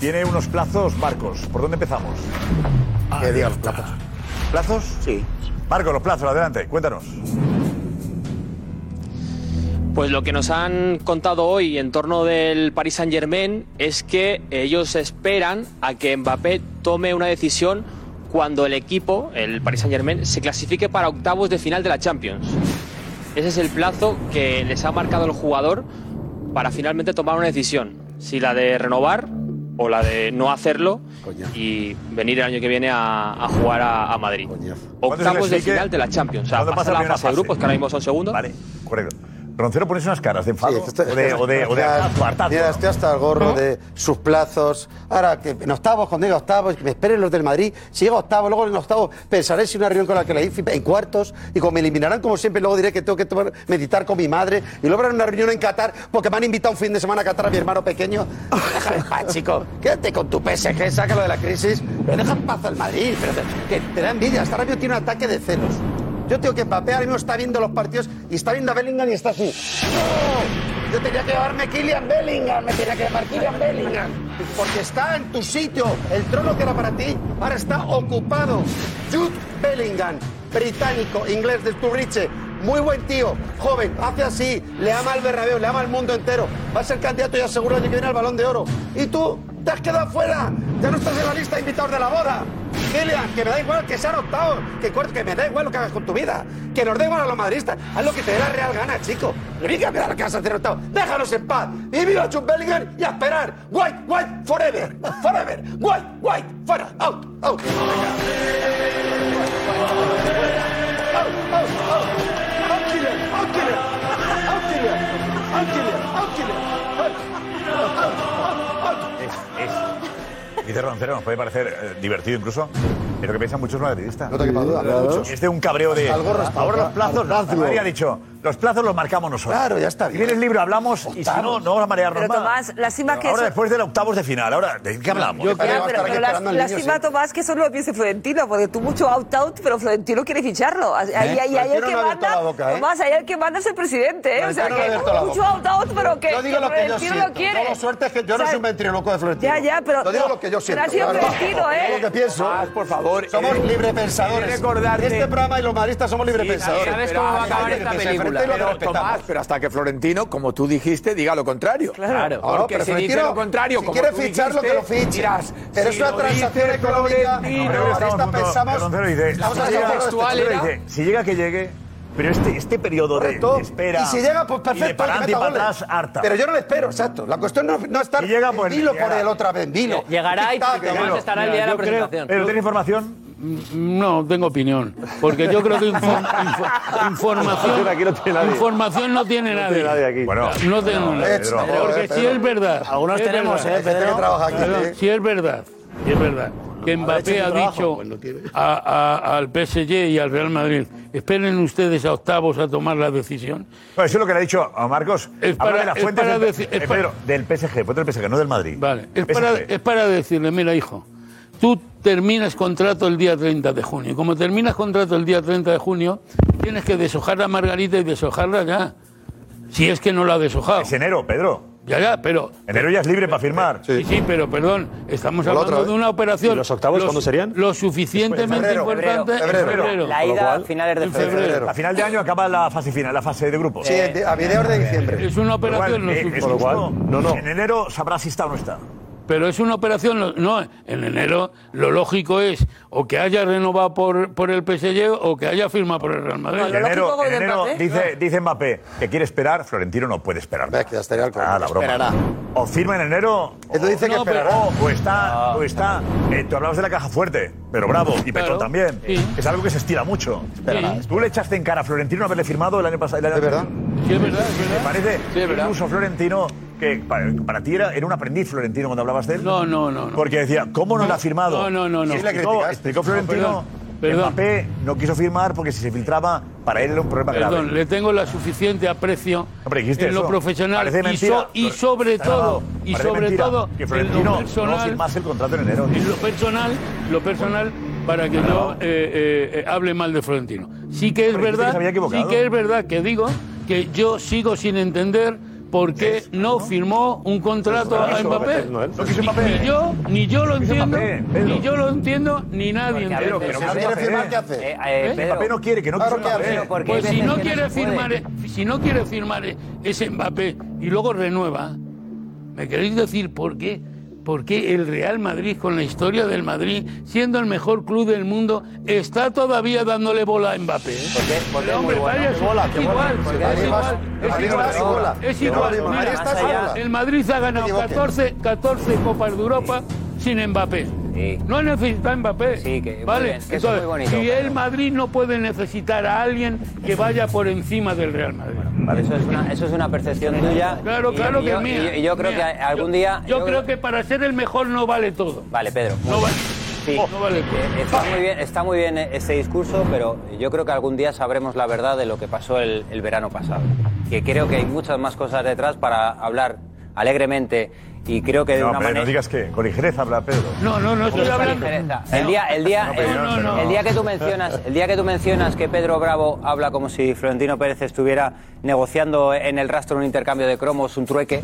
Speaker 1: tiene unos plazos, Marcos. ¿Por dónde empezamos? Que diga los plazos. ¿Plazos? Sí. Marcos, los plazos, adelante, cuéntanos.
Speaker 12: Pues lo que nos han contado hoy en torno del Paris Saint Germain es que ellos esperan a que Mbappé tome una decisión cuando el equipo, el Paris Saint Germain, se clasifique para octavos de final de la Champions. Ese es el plazo que les ha marcado el jugador para finalmente tomar una decisión. Si la de renovar o la de no hacerlo y venir el año que viene a, a jugar a, a Madrid. Octavos de
Speaker 1: clasifique?
Speaker 12: final de la Champions. O sea,
Speaker 1: ¿Cuándo
Speaker 12: pasa
Speaker 1: pasa la
Speaker 12: la
Speaker 1: primera
Speaker 12: fase de
Speaker 1: fase?
Speaker 12: grupos, que ahora mismo son segundos.
Speaker 1: Vale, correcto. Roncero pones unas caras de enfado
Speaker 8: estoy-
Speaker 1: o de, o de, o de
Speaker 8: Mira,
Speaker 1: hartazgo, hartazgo,
Speaker 8: mira,
Speaker 1: ¿no?
Speaker 8: estoy hasta el gorro de sus plazos. Ahora, que en octavos, cuando llegue a octavos, que me esperen los del Madrid. Si llega a octavos, luego en octavos pensaré si una reunión con la que la hice en cuartos y como me eliminarán como siempre, luego diré que tengo que tomar- meditar con mi madre y luego habrá una reunión en Qatar porque me han invitado un fin de semana a Qatar a mi hermano pequeño. Déjame en paz, chico. Quédate con tu PSG, sácalo de la crisis. Pero deja en paz al Madrid. Pero te, que te da envidia. Hasta ahora mismo tiene un ataque de celos. Yo tengo que Mbappé ahora mismo está viendo los partidos y está viendo a Bellingham y está así. ¡No! Yo tenía que llamarme Kylian Bellingham, me tenía que llamar Kylian Bellingham. Porque está en tu sitio. El trono que era para ti ahora está ocupado. Jude Bellingham, británico, inglés de Sturridge. Muy buen tío, joven, hace así, le ama al Bernabéu, le ama al mundo entero. Va a ser candidato ya seguro el año que viene al Balón de Oro. Y tú te has quedado fuera, ya no estás en la lista de invitados de la boda. Kylian, que me da igual que sean octavos, que cuartos, que me da igual lo que hagas con tu vida, que nos da igual a los madridistas, haz lo que te dé la real gana, chico. Lo único que me da lo que vas a hacer en octavos, déjanos en paz, y viva Chun Bellingham y a esperar. White, white, forever, forever, white, white, fuera, out, out.
Speaker 1: Dice Roncero, nos puede parecer eh, divertido incluso, pero que piensan muchos madridistas.
Speaker 8: No te quepa duda.
Speaker 1: Muchos. Es de un cabreo de.
Speaker 8: Algo
Speaker 1: Ahora los plazos,
Speaker 8: Hartazgo.
Speaker 1: María ha dicho. Los plazos los marcamos nosotros.
Speaker 8: Claro, ya está
Speaker 1: Si viene el libro, hablamos y si no, no vamos a marearnos
Speaker 15: Pero
Speaker 1: más.
Speaker 15: Tomás, lástima que
Speaker 1: ahora
Speaker 15: eso-
Speaker 1: después del octavos de final, ahora, ¿de qué hablamos?
Speaker 15: Ya, pero, pero las- lástima, Tomás, que eso no lo piense Florentino, porque tú mucho out-out, pero Florentino quiere ficharlo. Ahí, ahí, ahí el
Speaker 8: Florentino
Speaker 15: que
Speaker 8: no ha abierto
Speaker 15: manda,
Speaker 8: la boca, ¿eh?
Speaker 15: Tomás, ahí el que manda es el presidente, ¿eh? O sea,
Speaker 8: Florentino no ha
Speaker 15: que
Speaker 8: abierto la
Speaker 15: mucho
Speaker 8: boca.
Speaker 15: out-out, pero que,
Speaker 8: Yo digo lo que yo
Speaker 15: Florentino
Speaker 8: siento.
Speaker 15: lo quiere.
Speaker 8: Yo la suerte es que yo no
Speaker 15: ¿Sabes?
Speaker 8: soy un ventriloquio de Florentino.
Speaker 15: Ya, ya, pero-
Speaker 8: Yo digo
Speaker 15: no,
Speaker 8: lo que yo
Speaker 15: pero
Speaker 8: siento.
Speaker 15: ha sido
Speaker 8: Yo digo
Speaker 15: Florentino, ¿eh?
Speaker 8: Lo que pienso. por favor. Somos
Speaker 14: eh,
Speaker 8: librepensadores.
Speaker 14: he de recordarte-
Speaker 8: Este programa y los madridistas somos librepensadores.
Speaker 14: ¿Sabes cómo va a acabar esta película? Pero, Tomás,
Speaker 8: Tomás,
Speaker 14: pero hasta que Florentino, como tú dijiste, diga lo contrario.
Speaker 8: Claro. No,
Speaker 14: Porque
Speaker 8: pero
Speaker 14: si dice
Speaker 8: Florentino,
Speaker 14: lo contrario,
Speaker 8: si
Speaker 14: como
Speaker 8: quiere
Speaker 14: tú
Speaker 8: ficharlo,
Speaker 14: dijiste,
Speaker 8: que lo fiche.
Speaker 14: dirás,
Speaker 8: Pero
Speaker 14: si
Speaker 8: es una
Speaker 14: lo dice
Speaker 8: transacción económica,
Speaker 14: Florentino,
Speaker 8: los madridistas pensamos...
Speaker 1: Pero dice,
Speaker 8: Estamos
Speaker 1: si
Speaker 8: hablando
Speaker 1: llega-
Speaker 8: de
Speaker 1: textual
Speaker 8: textual,
Speaker 1: era-
Speaker 8: era-
Speaker 1: Si llega que llegue, pero este, este periodo de,
Speaker 8: Correcto.
Speaker 1: de espera.
Speaker 8: Y si llega, pues
Speaker 1: y
Speaker 8: perfecto.
Speaker 1: de para
Speaker 8: que
Speaker 1: adelante y
Speaker 8: meta
Speaker 1: para
Speaker 8: goles.
Speaker 1: atrás, harta.
Speaker 8: Pero yo no le espero, exacto. La cuestión no, no está. llega,
Speaker 1: pues,
Speaker 8: Dilo por
Speaker 1: llegará.
Speaker 8: el otra vez, dilo.
Speaker 16: Llegará y
Speaker 8: Tic-tac,
Speaker 16: Tomás
Speaker 8: dilo.
Speaker 16: estará el día de la
Speaker 1: Yo creo-
Speaker 16: presentación.
Speaker 1: ¿Pero tiene información?
Speaker 16: Mm, No, tengo opinión. Porque yo creo que info- info- información,
Speaker 1: Aquí no tiene nadie.
Speaker 16: información no tiene
Speaker 1: No
Speaker 16: nadie.
Speaker 1: tiene nadie aquí. Bueno,
Speaker 16: no tengo
Speaker 1: no,
Speaker 16: nadie.
Speaker 1: Pedro,
Speaker 16: Porque
Speaker 1: eh,
Speaker 16: si
Speaker 1: Pedro.
Speaker 16: es verdad.
Speaker 1: Algunos
Speaker 16: si es
Speaker 1: tenemos,
Speaker 16: verdad,
Speaker 1: eh, Pedro. Hay gente que trabaja aquí,
Speaker 16: Perdón,
Speaker 1: eh.
Speaker 16: Si es verdad, si es verdad. Que Mbappé
Speaker 17: hecho
Speaker 16: ha
Speaker 17: su trabajo,
Speaker 16: dicho
Speaker 17: pues no tiene.
Speaker 16: a- a- al PSG y al Real Madrid, esperen ustedes a octavos a tomar la decisión.
Speaker 1: Eso es lo que le ha dicho a Marcos.
Speaker 16: Es
Speaker 1: Habla
Speaker 16: para-
Speaker 1: de las
Speaker 16: es
Speaker 1: fuentes
Speaker 16: para
Speaker 1: del,
Speaker 16: decir- es
Speaker 1: eh,
Speaker 16: para-
Speaker 1: Pedro, del PSG, fuentes del PSG, no del Madrid. Vale,
Speaker 16: Es para, es para decirle, mira hijo, tú terminas contrato el día 30 de junio. Como terminas contrato el día 30 de junio, tienes que deshojar a Margarita y deshojarla ya. Si es que no la ha deshojado. Es
Speaker 1: enero, Pedro.
Speaker 16: Ya, ya, pero...
Speaker 1: Enero ya es libre para firmar.
Speaker 16: Sí, sí, pero perdón, estamos
Speaker 1: Por la otra
Speaker 16: hablando de
Speaker 1: vez.
Speaker 16: una operación...
Speaker 1: ¿Y los octavos cuándo serían?
Speaker 16: Lo suficientemente importante en febrero. En
Speaker 1: A final de año acaba la fase final, la fase de grupos.
Speaker 16: Sí, Eh, a mediados de diciembre. es una
Speaker 1: Por lo
Speaker 16: operación, no
Speaker 1: eh,
Speaker 16: es un-
Speaker 1: es
Speaker 16: Por lo cual,
Speaker 1: justo.
Speaker 16: no, no.
Speaker 1: En enero sabrás si está o no está.
Speaker 16: Pero es una operación, lo- no, en enero lo lógico es o que haya renovado por, por el PSG o que haya firmado por el Real Madrid.
Speaker 1: en enero, en enero dice, dice Mbappé que quiere esperar, Florentino no puede esperar. nada. Ah, la broma.
Speaker 16: Esperará.
Speaker 1: O firma en enero. o-
Speaker 16: dice que No, pero- esperará.
Speaker 1: O, o pues
Speaker 16: Ah.
Speaker 1: está, o está. eh, tú hablabas de la caja fuerte, pero bravo, y Petro también. Es algo que se estira mucho. Tú le echaste en cara a Florentino haberle firmado el año pasado. Es verdad.
Speaker 16: Sí, es verdad,
Speaker 1: Me parece incluso Florentino, que pa- para, ti era, era un aprendiz Florentino cuando hablabas de él. No,
Speaker 16: no, no.
Speaker 1: Porque decía, ¿cómo no, la ha firmado?
Speaker 16: no, no, no,
Speaker 1: Y
Speaker 16: no.
Speaker 1: Explicó, explicó Florentino.
Speaker 16: No, perdón, perdón.
Speaker 1: que Mbappé no quiso firmar porque si se filtraba, para él era un problema grave.
Speaker 16: Perdón, le tengo la suficiente aprecio
Speaker 1: Hombre, dijiste
Speaker 16: en lo
Speaker 1: eso.
Speaker 16: profesional
Speaker 1: Parece
Speaker 16: y, so-
Speaker 1: mentira.
Speaker 16: y sobre
Speaker 1: Está grabado.
Speaker 16: todo y
Speaker 1: Parece
Speaker 16: sobre
Speaker 1: mentira
Speaker 16: todo
Speaker 1: que
Speaker 16: en
Speaker 1: Florentino
Speaker 16: lo
Speaker 1: no
Speaker 16: personal
Speaker 1: firmase el contrato en enero.
Speaker 16: en lo personal, lo personal para que no eh, eh, eh, hable mal de Florentino. Sí que es
Speaker 1: Pero dijiste que
Speaker 16: verdad,
Speaker 1: se había equivocado.
Speaker 16: sí que es verdad que digo que yo sigo sin entender por qué no firmó un contrato
Speaker 1: Pero no
Speaker 16: a
Speaker 1: quiso
Speaker 16: Mbappé.
Speaker 1: Mbappé, no, él. No quiso Mbappé.
Speaker 16: Ni yo, ni yo lo
Speaker 1: quiso
Speaker 16: entiendo,
Speaker 1: Mbappé, Pedro.
Speaker 16: ni yo lo entiendo, ni nadie
Speaker 1: Porque a ver,
Speaker 16: entiende.
Speaker 1: pero si no quiere firmar, ¿qué hace?
Speaker 16: ¿Eh?
Speaker 1: Si Mbappé no quiere, que no quiso Mbappé.
Speaker 16: Pues si no quiere firmar, e, si no quiere firmar e, ese Mbappé y luego renueva, ¿me queréis decir por qué? ¿Por qué el Real Madrid, con la historia del Madrid, siendo el mejor club del mundo, está todavía dándole bola a Mbappé? ¿Por qué?
Speaker 8: es muy
Speaker 16: hombre,
Speaker 8: bueno.
Speaker 16: vaya,
Speaker 8: Que bola,
Speaker 16: es
Speaker 8: que bola.
Speaker 16: igual,
Speaker 8: Porque
Speaker 16: es
Speaker 8: Madrid
Speaker 16: igual,
Speaker 8: más-
Speaker 16: es
Speaker 8: Madrid más que bola.
Speaker 16: igual, es
Speaker 8: Que
Speaker 16: igual.
Speaker 8: bola, Madrid
Speaker 16: Mira,
Speaker 8: está sin bola.
Speaker 16: el Madrid ha ganado 14, 14 Copas de Europa sin Mbappé. No necesita Mbappé.
Speaker 6: muy
Speaker 16: ¿Vale?
Speaker 6: bien, que eso es
Speaker 16: Entonces,
Speaker 6: muy bonito,
Speaker 16: si
Speaker 6: pero-
Speaker 16: el Madrid no puede necesitar a alguien que vaya por encima del Real Madrid.
Speaker 6: Eso es una, eso es una percepción tuya.
Speaker 16: Claro,
Speaker 6: Y-
Speaker 16: claro
Speaker 6: y
Speaker 16: que
Speaker 6: yo-
Speaker 16: es mía.
Speaker 6: y- Y yo creo
Speaker 16: mía.
Speaker 6: que algún
Speaker 16: Yo-
Speaker 6: día.
Speaker 16: Yo, creo que para ser el mejor no vale todo.
Speaker 6: Vale, Pedro. No
Speaker 16: vale.
Speaker 6: Sí, Eh, está, muy bien, está muy bien este discurso, pero yo creo que algún día sabremos la verdad de lo que pasó el, el verano pasado. Que creo que hay muchas más cosas detrás para hablar alegremente y creo que de
Speaker 1: No,
Speaker 6: una
Speaker 1: hombre,
Speaker 6: manera...
Speaker 1: no digas que con ligereza habla Pedro.
Speaker 16: No, no, no estoy
Speaker 6: Con
Speaker 16: hablando.
Speaker 6: ligereza. El día, el día,
Speaker 1: No, pero
Speaker 6: el-
Speaker 1: no, no, no.
Speaker 6: el día que tú mencionas, el día que tú mencionas que Pedro Bravo habla como si Florentino Pérez estuviera negociando en el rastro un intercambio de cromos, un trueque.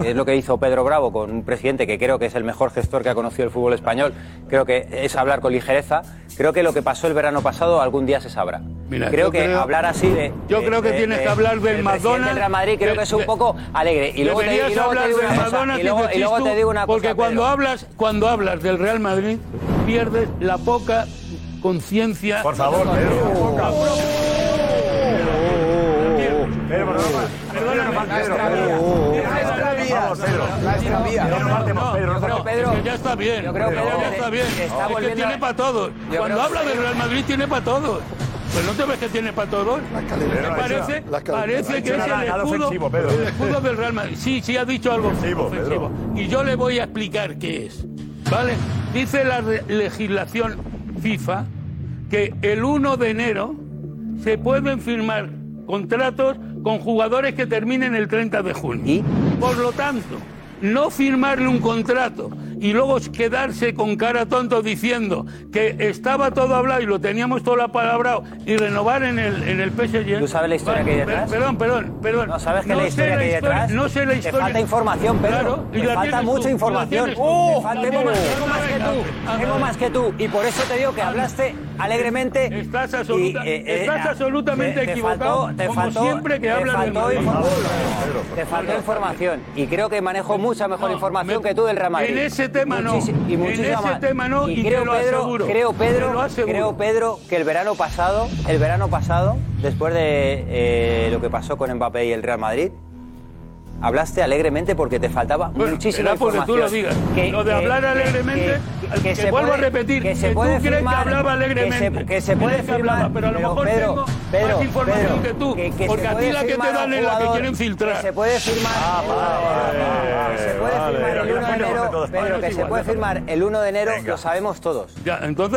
Speaker 6: que Es lo que hizo Pedro Bravo con un presidente que creo que es el mejor gestor que ha conocido el fútbol español. Creo que es hablar con ligereza. Creo que lo que pasó el verano pasado algún día se sabrá.
Speaker 16: Mira,
Speaker 6: creo
Speaker 16: yo
Speaker 6: que
Speaker 16: creo-
Speaker 6: hablar así de.
Speaker 16: yo
Speaker 6: de-
Speaker 16: creo que
Speaker 6: de-
Speaker 16: tienes
Speaker 6: de-
Speaker 16: que hablar del
Speaker 6: presidente
Speaker 16: Madonna,
Speaker 6: del Real Madrid creo
Speaker 16: de-
Speaker 6: que es un
Speaker 16: de-
Speaker 6: poco alegre. Y luego, te,
Speaker 16: Deberías
Speaker 6: y luego te
Speaker 16: hablar
Speaker 6: digo
Speaker 16: del
Speaker 6: una cosa,
Speaker 16: Madonna,
Speaker 6: y luego-
Speaker 16: Tito
Speaker 6: y luego te
Speaker 16: Chistu,
Speaker 6: digo una cosa.
Speaker 16: Porque cuando
Speaker 6: Pedro.
Speaker 16: hablas, cuando hablas del Real Madrid, pierdes la poca conciencia. Por favor, Pedro, ya está bien. Yo creo que ya está bien. es que
Speaker 6: volviendo-
Speaker 16: tiene para todos.
Speaker 6: Yo
Speaker 16: Cuando
Speaker 6: creo-
Speaker 16: habla del Real Madrid tiene para todos. Pues no te ves que tiene para todos.
Speaker 1: Pedro, la
Speaker 16: Parece,
Speaker 1: hecho- la cal- la
Speaker 16: parece
Speaker 1: hecho
Speaker 16: que es
Speaker 1: nada-
Speaker 16: el
Speaker 1: nada
Speaker 16: escudo,
Speaker 1: ofensivo, Pedro.
Speaker 16: el escudo del Real Madrid. Sí, sí ha dicho algo ofensivo. Y yo le voy a explicar qué es. ¿Vale? Dice la re- legislación FIFA que el 1 de enero se pueden firmar contratos con jugadores que terminen el 30 de junio. Por lo tanto, no firmarle un contrato y luego quedarse con cara tonto diciendo que estaba todo hablado y lo teníamos todo apalabrado y renovar en el, en el PSG. ¿Tú sabes
Speaker 6: la historia que hay detrás?
Speaker 16: Perdón, perdón, perdón.
Speaker 6: No sabes que
Speaker 16: No
Speaker 6: la
Speaker 16: sé
Speaker 6: historia
Speaker 16: la
Speaker 6: que hay
Speaker 16: historia-
Speaker 6: detrás.
Speaker 16: no sé la
Speaker 6: Te
Speaker 16: historia.
Speaker 6: falta información, Pedro.
Speaker 16: Claro,
Speaker 6: Te
Speaker 16: y la
Speaker 6: falta
Speaker 16: tienes tú,
Speaker 6: mucha
Speaker 16: la
Speaker 6: información.
Speaker 16: tienes tú.
Speaker 6: Te falta- tengo, más, tengo más que tú. Tengo más que tú. Y por eso te digo que hablaste alegremente. eh, Estás,
Speaker 16: Eh, absoluta- estás absolutamente equivocado,
Speaker 6: ah, Te faltó, te
Speaker 16: como
Speaker 6: faltó,
Speaker 16: siempre que
Speaker 6: te
Speaker 16: hablas del
Speaker 6: faltó
Speaker 16: Madrid.
Speaker 6: información. Te faltó información. Y creo que manejo mucha mejor información que tú del Real Madrid.
Speaker 16: Eh, en ese tema no.
Speaker 6: Muchis- y
Speaker 16: En
Speaker 6: muchísima
Speaker 16: ese
Speaker 6: más.
Speaker 16: tema no, y te
Speaker 6: creo,
Speaker 16: lo
Speaker 6: Pedro,
Speaker 16: aseguro.
Speaker 6: creo, Pedro,
Speaker 16: Te lo aseguro.
Speaker 6: creo, Pedro, que el verano pasado, el verano pasado, después de eh, lo que pasó con Mbappé y el Real Madrid, hablaste alegremente porque te faltaba muchísima
Speaker 16: será porque
Speaker 6: información.
Speaker 16: tú lo digas. Lo de hablar alegremente, que vuelvo a repetir, que tú crees que hablaba
Speaker 6: Que se,
Speaker 16: alegremente.
Speaker 6: que se puede
Speaker 16: Crees que hablaba,
Speaker 6: firmar,
Speaker 16: pero a lo mejor
Speaker 6: Pedro,
Speaker 16: tengo
Speaker 6: Pedro,
Speaker 16: más información
Speaker 6: Pedro,
Speaker 16: que tú,
Speaker 6: que- que
Speaker 16: porque
Speaker 6: se
Speaker 16: a ti
Speaker 6: puede
Speaker 16: la que te
Speaker 6: firmar a
Speaker 16: dan
Speaker 6: un
Speaker 16: es la que
Speaker 6: jugador,
Speaker 16: quieren filtrar. Ah,
Speaker 6: que se puede firmar. Ah, Se puede firmar el 1 de enero, Pedro, que se puede firmar el 1 de enero, lo sabemos todos.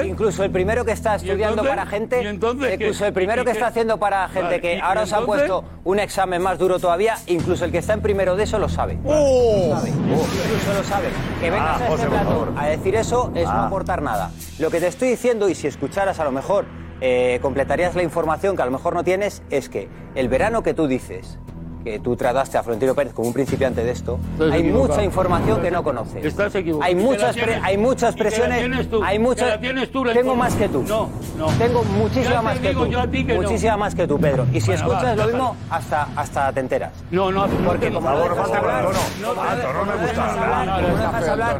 Speaker 6: Incluso el primero que está estudiando
Speaker 16: entonces?
Speaker 6: para gente, incluso
Speaker 16: qué?
Speaker 6: el primero
Speaker 16: ¿Y
Speaker 6: que
Speaker 16: qué?
Speaker 6: está haciendo para
Speaker 16: Vale,
Speaker 6: gente
Speaker 16: ¿y-
Speaker 6: que
Speaker 16: y
Speaker 6: ahora os han
Speaker 16: entonces?
Speaker 6: puesto un examen más duro todavía, incluso el que está en primero de eso lo sabe. Lo sabe. Incluso lo sabe. Que vengas
Speaker 1: ¡Oh! Ah,
Speaker 6: a
Speaker 1: José,
Speaker 6: este
Speaker 1: por
Speaker 6: plato
Speaker 1: favor.
Speaker 6: a decir eso es no
Speaker 1: Ah.
Speaker 6: aportar nada. Lo que te estoy diciendo, y si escucharas a lo mejor eh, completarías la información que a lo mejor no tienes, es que el verano que tú dices, que tú trataste a Florentino Pérez como un principiante de esto,
Speaker 16: Estás
Speaker 6: hay
Speaker 16: equivocado.
Speaker 6: mucha información que no conoces.
Speaker 16: Estás equivocado.
Speaker 6: Hay
Speaker 16: Y que
Speaker 6: muchas,
Speaker 16: la tienes-
Speaker 6: pre- hay muchas
Speaker 16: y que la
Speaker 6: presiones.
Speaker 16: tienes tú,
Speaker 6: Hay
Speaker 16: que
Speaker 6: muchas.
Speaker 16: la tienes tú la
Speaker 6: tengo
Speaker 16: información.
Speaker 6: más que tú.
Speaker 16: No, no.
Speaker 6: Tengo muchísima
Speaker 16: Ya te
Speaker 6: más que
Speaker 16: digo
Speaker 6: tú.
Speaker 16: yo a ti que no.
Speaker 6: muchísima más que tú, Pedro. Y si
Speaker 16: Bueno, va,
Speaker 6: escuchas lo
Speaker 16: déjalo.
Speaker 6: mismo, hasta, hasta te enteras.
Speaker 16: No, no,
Speaker 6: porque como no dejas hablar-
Speaker 1: No me
Speaker 6: dejas hablar-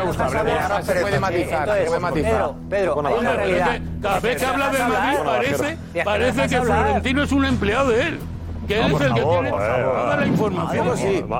Speaker 16: Ahora se puede matizar, se puede matizar.
Speaker 6: Pedro, Pedro, hay una
Speaker 16: Hombre,
Speaker 6: realidad.
Speaker 16: Cada vez que habla de Madrid parece, parece que
Speaker 6: Florentino...
Speaker 16: Florentino es un empleado de él. Que él es el que tiene
Speaker 1: eh.
Speaker 16: toda la información. Parece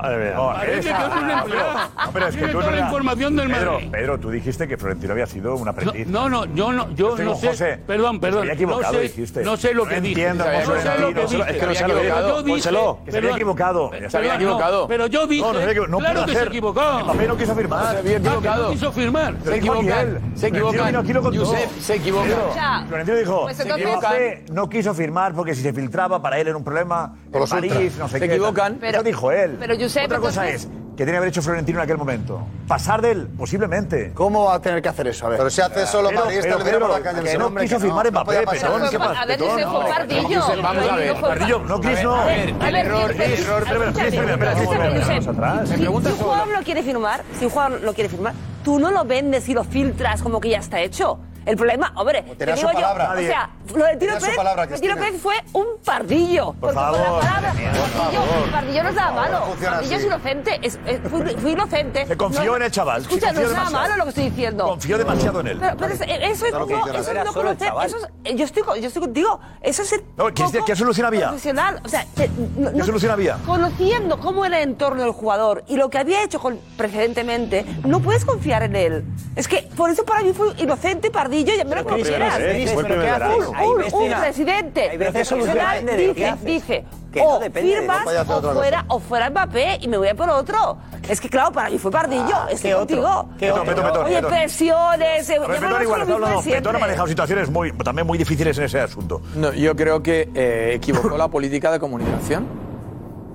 Speaker 16: que es un empleado.
Speaker 1: Pero es que
Speaker 16: Tiene
Speaker 1: tú
Speaker 16: toda la información del
Speaker 1: Pedro,
Speaker 16: Madrid.
Speaker 1: Pedro, tú dijiste que Florentino había sido un aprendiz.
Speaker 16: No, no, yo no, yo
Speaker 1: Estoy
Speaker 16: no
Speaker 1: con
Speaker 16: sé.
Speaker 1: José.
Speaker 16: Perdón, perdón.
Speaker 1: Había equivocado,
Speaker 16: no sé,
Speaker 1: dijiste.
Speaker 16: No sé lo que
Speaker 1: No
Speaker 16: dije.
Speaker 1: entiendo
Speaker 16: no
Speaker 1: cómo
Speaker 16: sé
Speaker 1: se habla.
Speaker 16: lo que
Speaker 1: No sé lo-
Speaker 16: dije.
Speaker 1: es que no se había equivocado.
Speaker 16: Yo dije-
Speaker 1: Pónselo. Que se había
Speaker 16: perdón.
Speaker 1: equivocado.
Speaker 16: Perdón,
Speaker 1: Se había
Speaker 16: no,
Speaker 1: equivocado.
Speaker 16: pero yo dije.
Speaker 1: No, no se había equivocado. No
Speaker 16: claro
Speaker 1: pudo
Speaker 16: que se
Speaker 1: hacer.
Speaker 16: equivocó.
Speaker 1: Mbappé no quiso firmar.
Speaker 16: Ah,
Speaker 1: Se había
Speaker 16: que no
Speaker 1: equivocado.
Speaker 16: quiso firmar.
Speaker 1: Lo dijo Miguel. Florentino vino aquí y lo contó. Pedro,
Speaker 17: Ya.
Speaker 1: Florentino dijo,
Speaker 17: Pues
Speaker 1: se
Speaker 17: entonces-
Speaker 1: Mbappé no quiso firmar porque si se filtraba para él era un problema.
Speaker 17: Con
Speaker 1: En
Speaker 17: los
Speaker 1: París,
Speaker 17: ultras.
Speaker 1: no sé
Speaker 17: Se
Speaker 1: qué.
Speaker 17: equivocan.
Speaker 1: Eso
Speaker 17: Pero-
Speaker 1: dijo él.
Speaker 17: pero, Josep,
Speaker 1: Otra cosa
Speaker 17: entonces-
Speaker 1: es que tiene que haber hecho Florentino en aquel momento. Pasar de él, posiblemente. Ah, ¿Cómo va a tener que hacer eso?
Speaker 8: Pero si hace solo Madrid, está libre por la calle el
Speaker 1: Que
Speaker 8: sol,
Speaker 1: no
Speaker 8: hombre,
Speaker 1: quiso
Speaker 8: que no,
Speaker 1: firmar
Speaker 8: no
Speaker 1: Mbappé,
Speaker 8: podía pasar.
Speaker 1: perdón.
Speaker 8: Pero
Speaker 1: ¿qué
Speaker 8: fue-
Speaker 1: pasa?
Speaker 8: a ver, ese
Speaker 1: No,
Speaker 8: fue Pardillo.
Speaker 1: Josep, Vamos a ver.
Speaker 8: Fue-
Speaker 1: Pardillo, no quiso, no.
Speaker 8: A ver, el
Speaker 15: A ver,
Speaker 8: error
Speaker 15: Josep,
Speaker 8: es- error,
Speaker 1: espera, espera,
Speaker 15: escúchame,
Speaker 1: espera, espera,
Speaker 15: escúchame,
Speaker 1: espera,
Speaker 15: Josep.
Speaker 1: vamos atrás.
Speaker 15: Si,
Speaker 1: Me
Speaker 15: si un
Speaker 1: preguntas
Speaker 15: jugador no quiere firmar, si un jugador no quiere firmar, tú no lo vendes y lo filtras como que ya está hecho. El problema, hombre, te
Speaker 8: tenía
Speaker 15: digo
Speaker 8: su
Speaker 15: yo,
Speaker 8: palabra.
Speaker 15: o
Speaker 8: Nadie.
Speaker 15: sea, lo de Tiro
Speaker 8: Tenía su
Speaker 15: Pérez,
Speaker 8: palabra,
Speaker 15: lo de Tiro
Speaker 8: Cristina.
Speaker 15: Pardillo fue un pardillo.
Speaker 8: Por
Speaker 15: porque con
Speaker 8: favor,
Speaker 15: la palabra,
Speaker 8: madre mía, por
Speaker 15: pardillo,
Speaker 8: favor.
Speaker 15: pardillo no es nada
Speaker 8: Por favor,
Speaker 15: malo.
Speaker 8: no funciona
Speaker 15: Pardillo es
Speaker 8: así.
Speaker 15: inocente. es- es- fui, fui inocente.
Speaker 1: Se confió
Speaker 15: No-
Speaker 1: en el chaval, se
Speaker 15: Escucha, no
Speaker 1: confió
Speaker 15: es nada
Speaker 1: demasiado.
Speaker 15: malo lo que estoy diciendo.
Speaker 1: Confió demasiado en él.
Speaker 15: Pero, pero es- eso es
Speaker 1: Claro que
Speaker 15: no,
Speaker 1: funciona
Speaker 15: eso es
Speaker 1: así.
Speaker 15: no
Speaker 1: Solo el
Speaker 15: conocer.
Speaker 1: chaval.
Speaker 15: Eso es- Eh, yo estoy, con- yo estoy contigo. Eso es el.
Speaker 1: No, ¿qué-
Speaker 15: poco
Speaker 1: qué solución había?
Speaker 15: Profesional. O sea, te- no-
Speaker 1: ¿Qué
Speaker 15: no-
Speaker 1: solución había?
Speaker 15: Conociendo cómo era el entorno del jugador y lo que había hecho con- precedentemente, no puedes confiar en él. Es que por eso para mí fue inocente, pardillo, ya me lo
Speaker 1: Pero qué
Speaker 15: consideras.
Speaker 1: primera vez, fue
Speaker 15: Un,
Speaker 1: primera vez. Hay
Speaker 15: un-
Speaker 1: veces
Speaker 15: un
Speaker 1: que-
Speaker 15: presidente
Speaker 1: hay veces que
Speaker 15: profesional
Speaker 1: depende de lo que
Speaker 15: dice,
Speaker 1: haces.
Speaker 15: dice
Speaker 1: Que no
Speaker 15: o
Speaker 1: depende de-
Speaker 15: firmas
Speaker 1: No vayas a
Speaker 15: o
Speaker 1: otra cosa.
Speaker 15: fuera, o fuera Mbappé y me voy a por otro. Es que claro, para mí fue pardillo,
Speaker 1: Ah,
Speaker 15: estoy
Speaker 1: ¿qué otro?
Speaker 15: contigo.
Speaker 1: ¿Qué otro? Petón, petón,
Speaker 15: Oye,
Speaker 1: petón.
Speaker 15: presiones, eh,
Speaker 1: A ver,
Speaker 15: ya me
Speaker 1: Petón
Speaker 15: lo
Speaker 1: igual,
Speaker 15: mismo
Speaker 1: está hablando.
Speaker 15: de siempre.
Speaker 1: Petón ha manejado situaciones muy, también muy difíciles en ese asunto.
Speaker 14: No, yo creo que eh, equivocó la política de comunicación.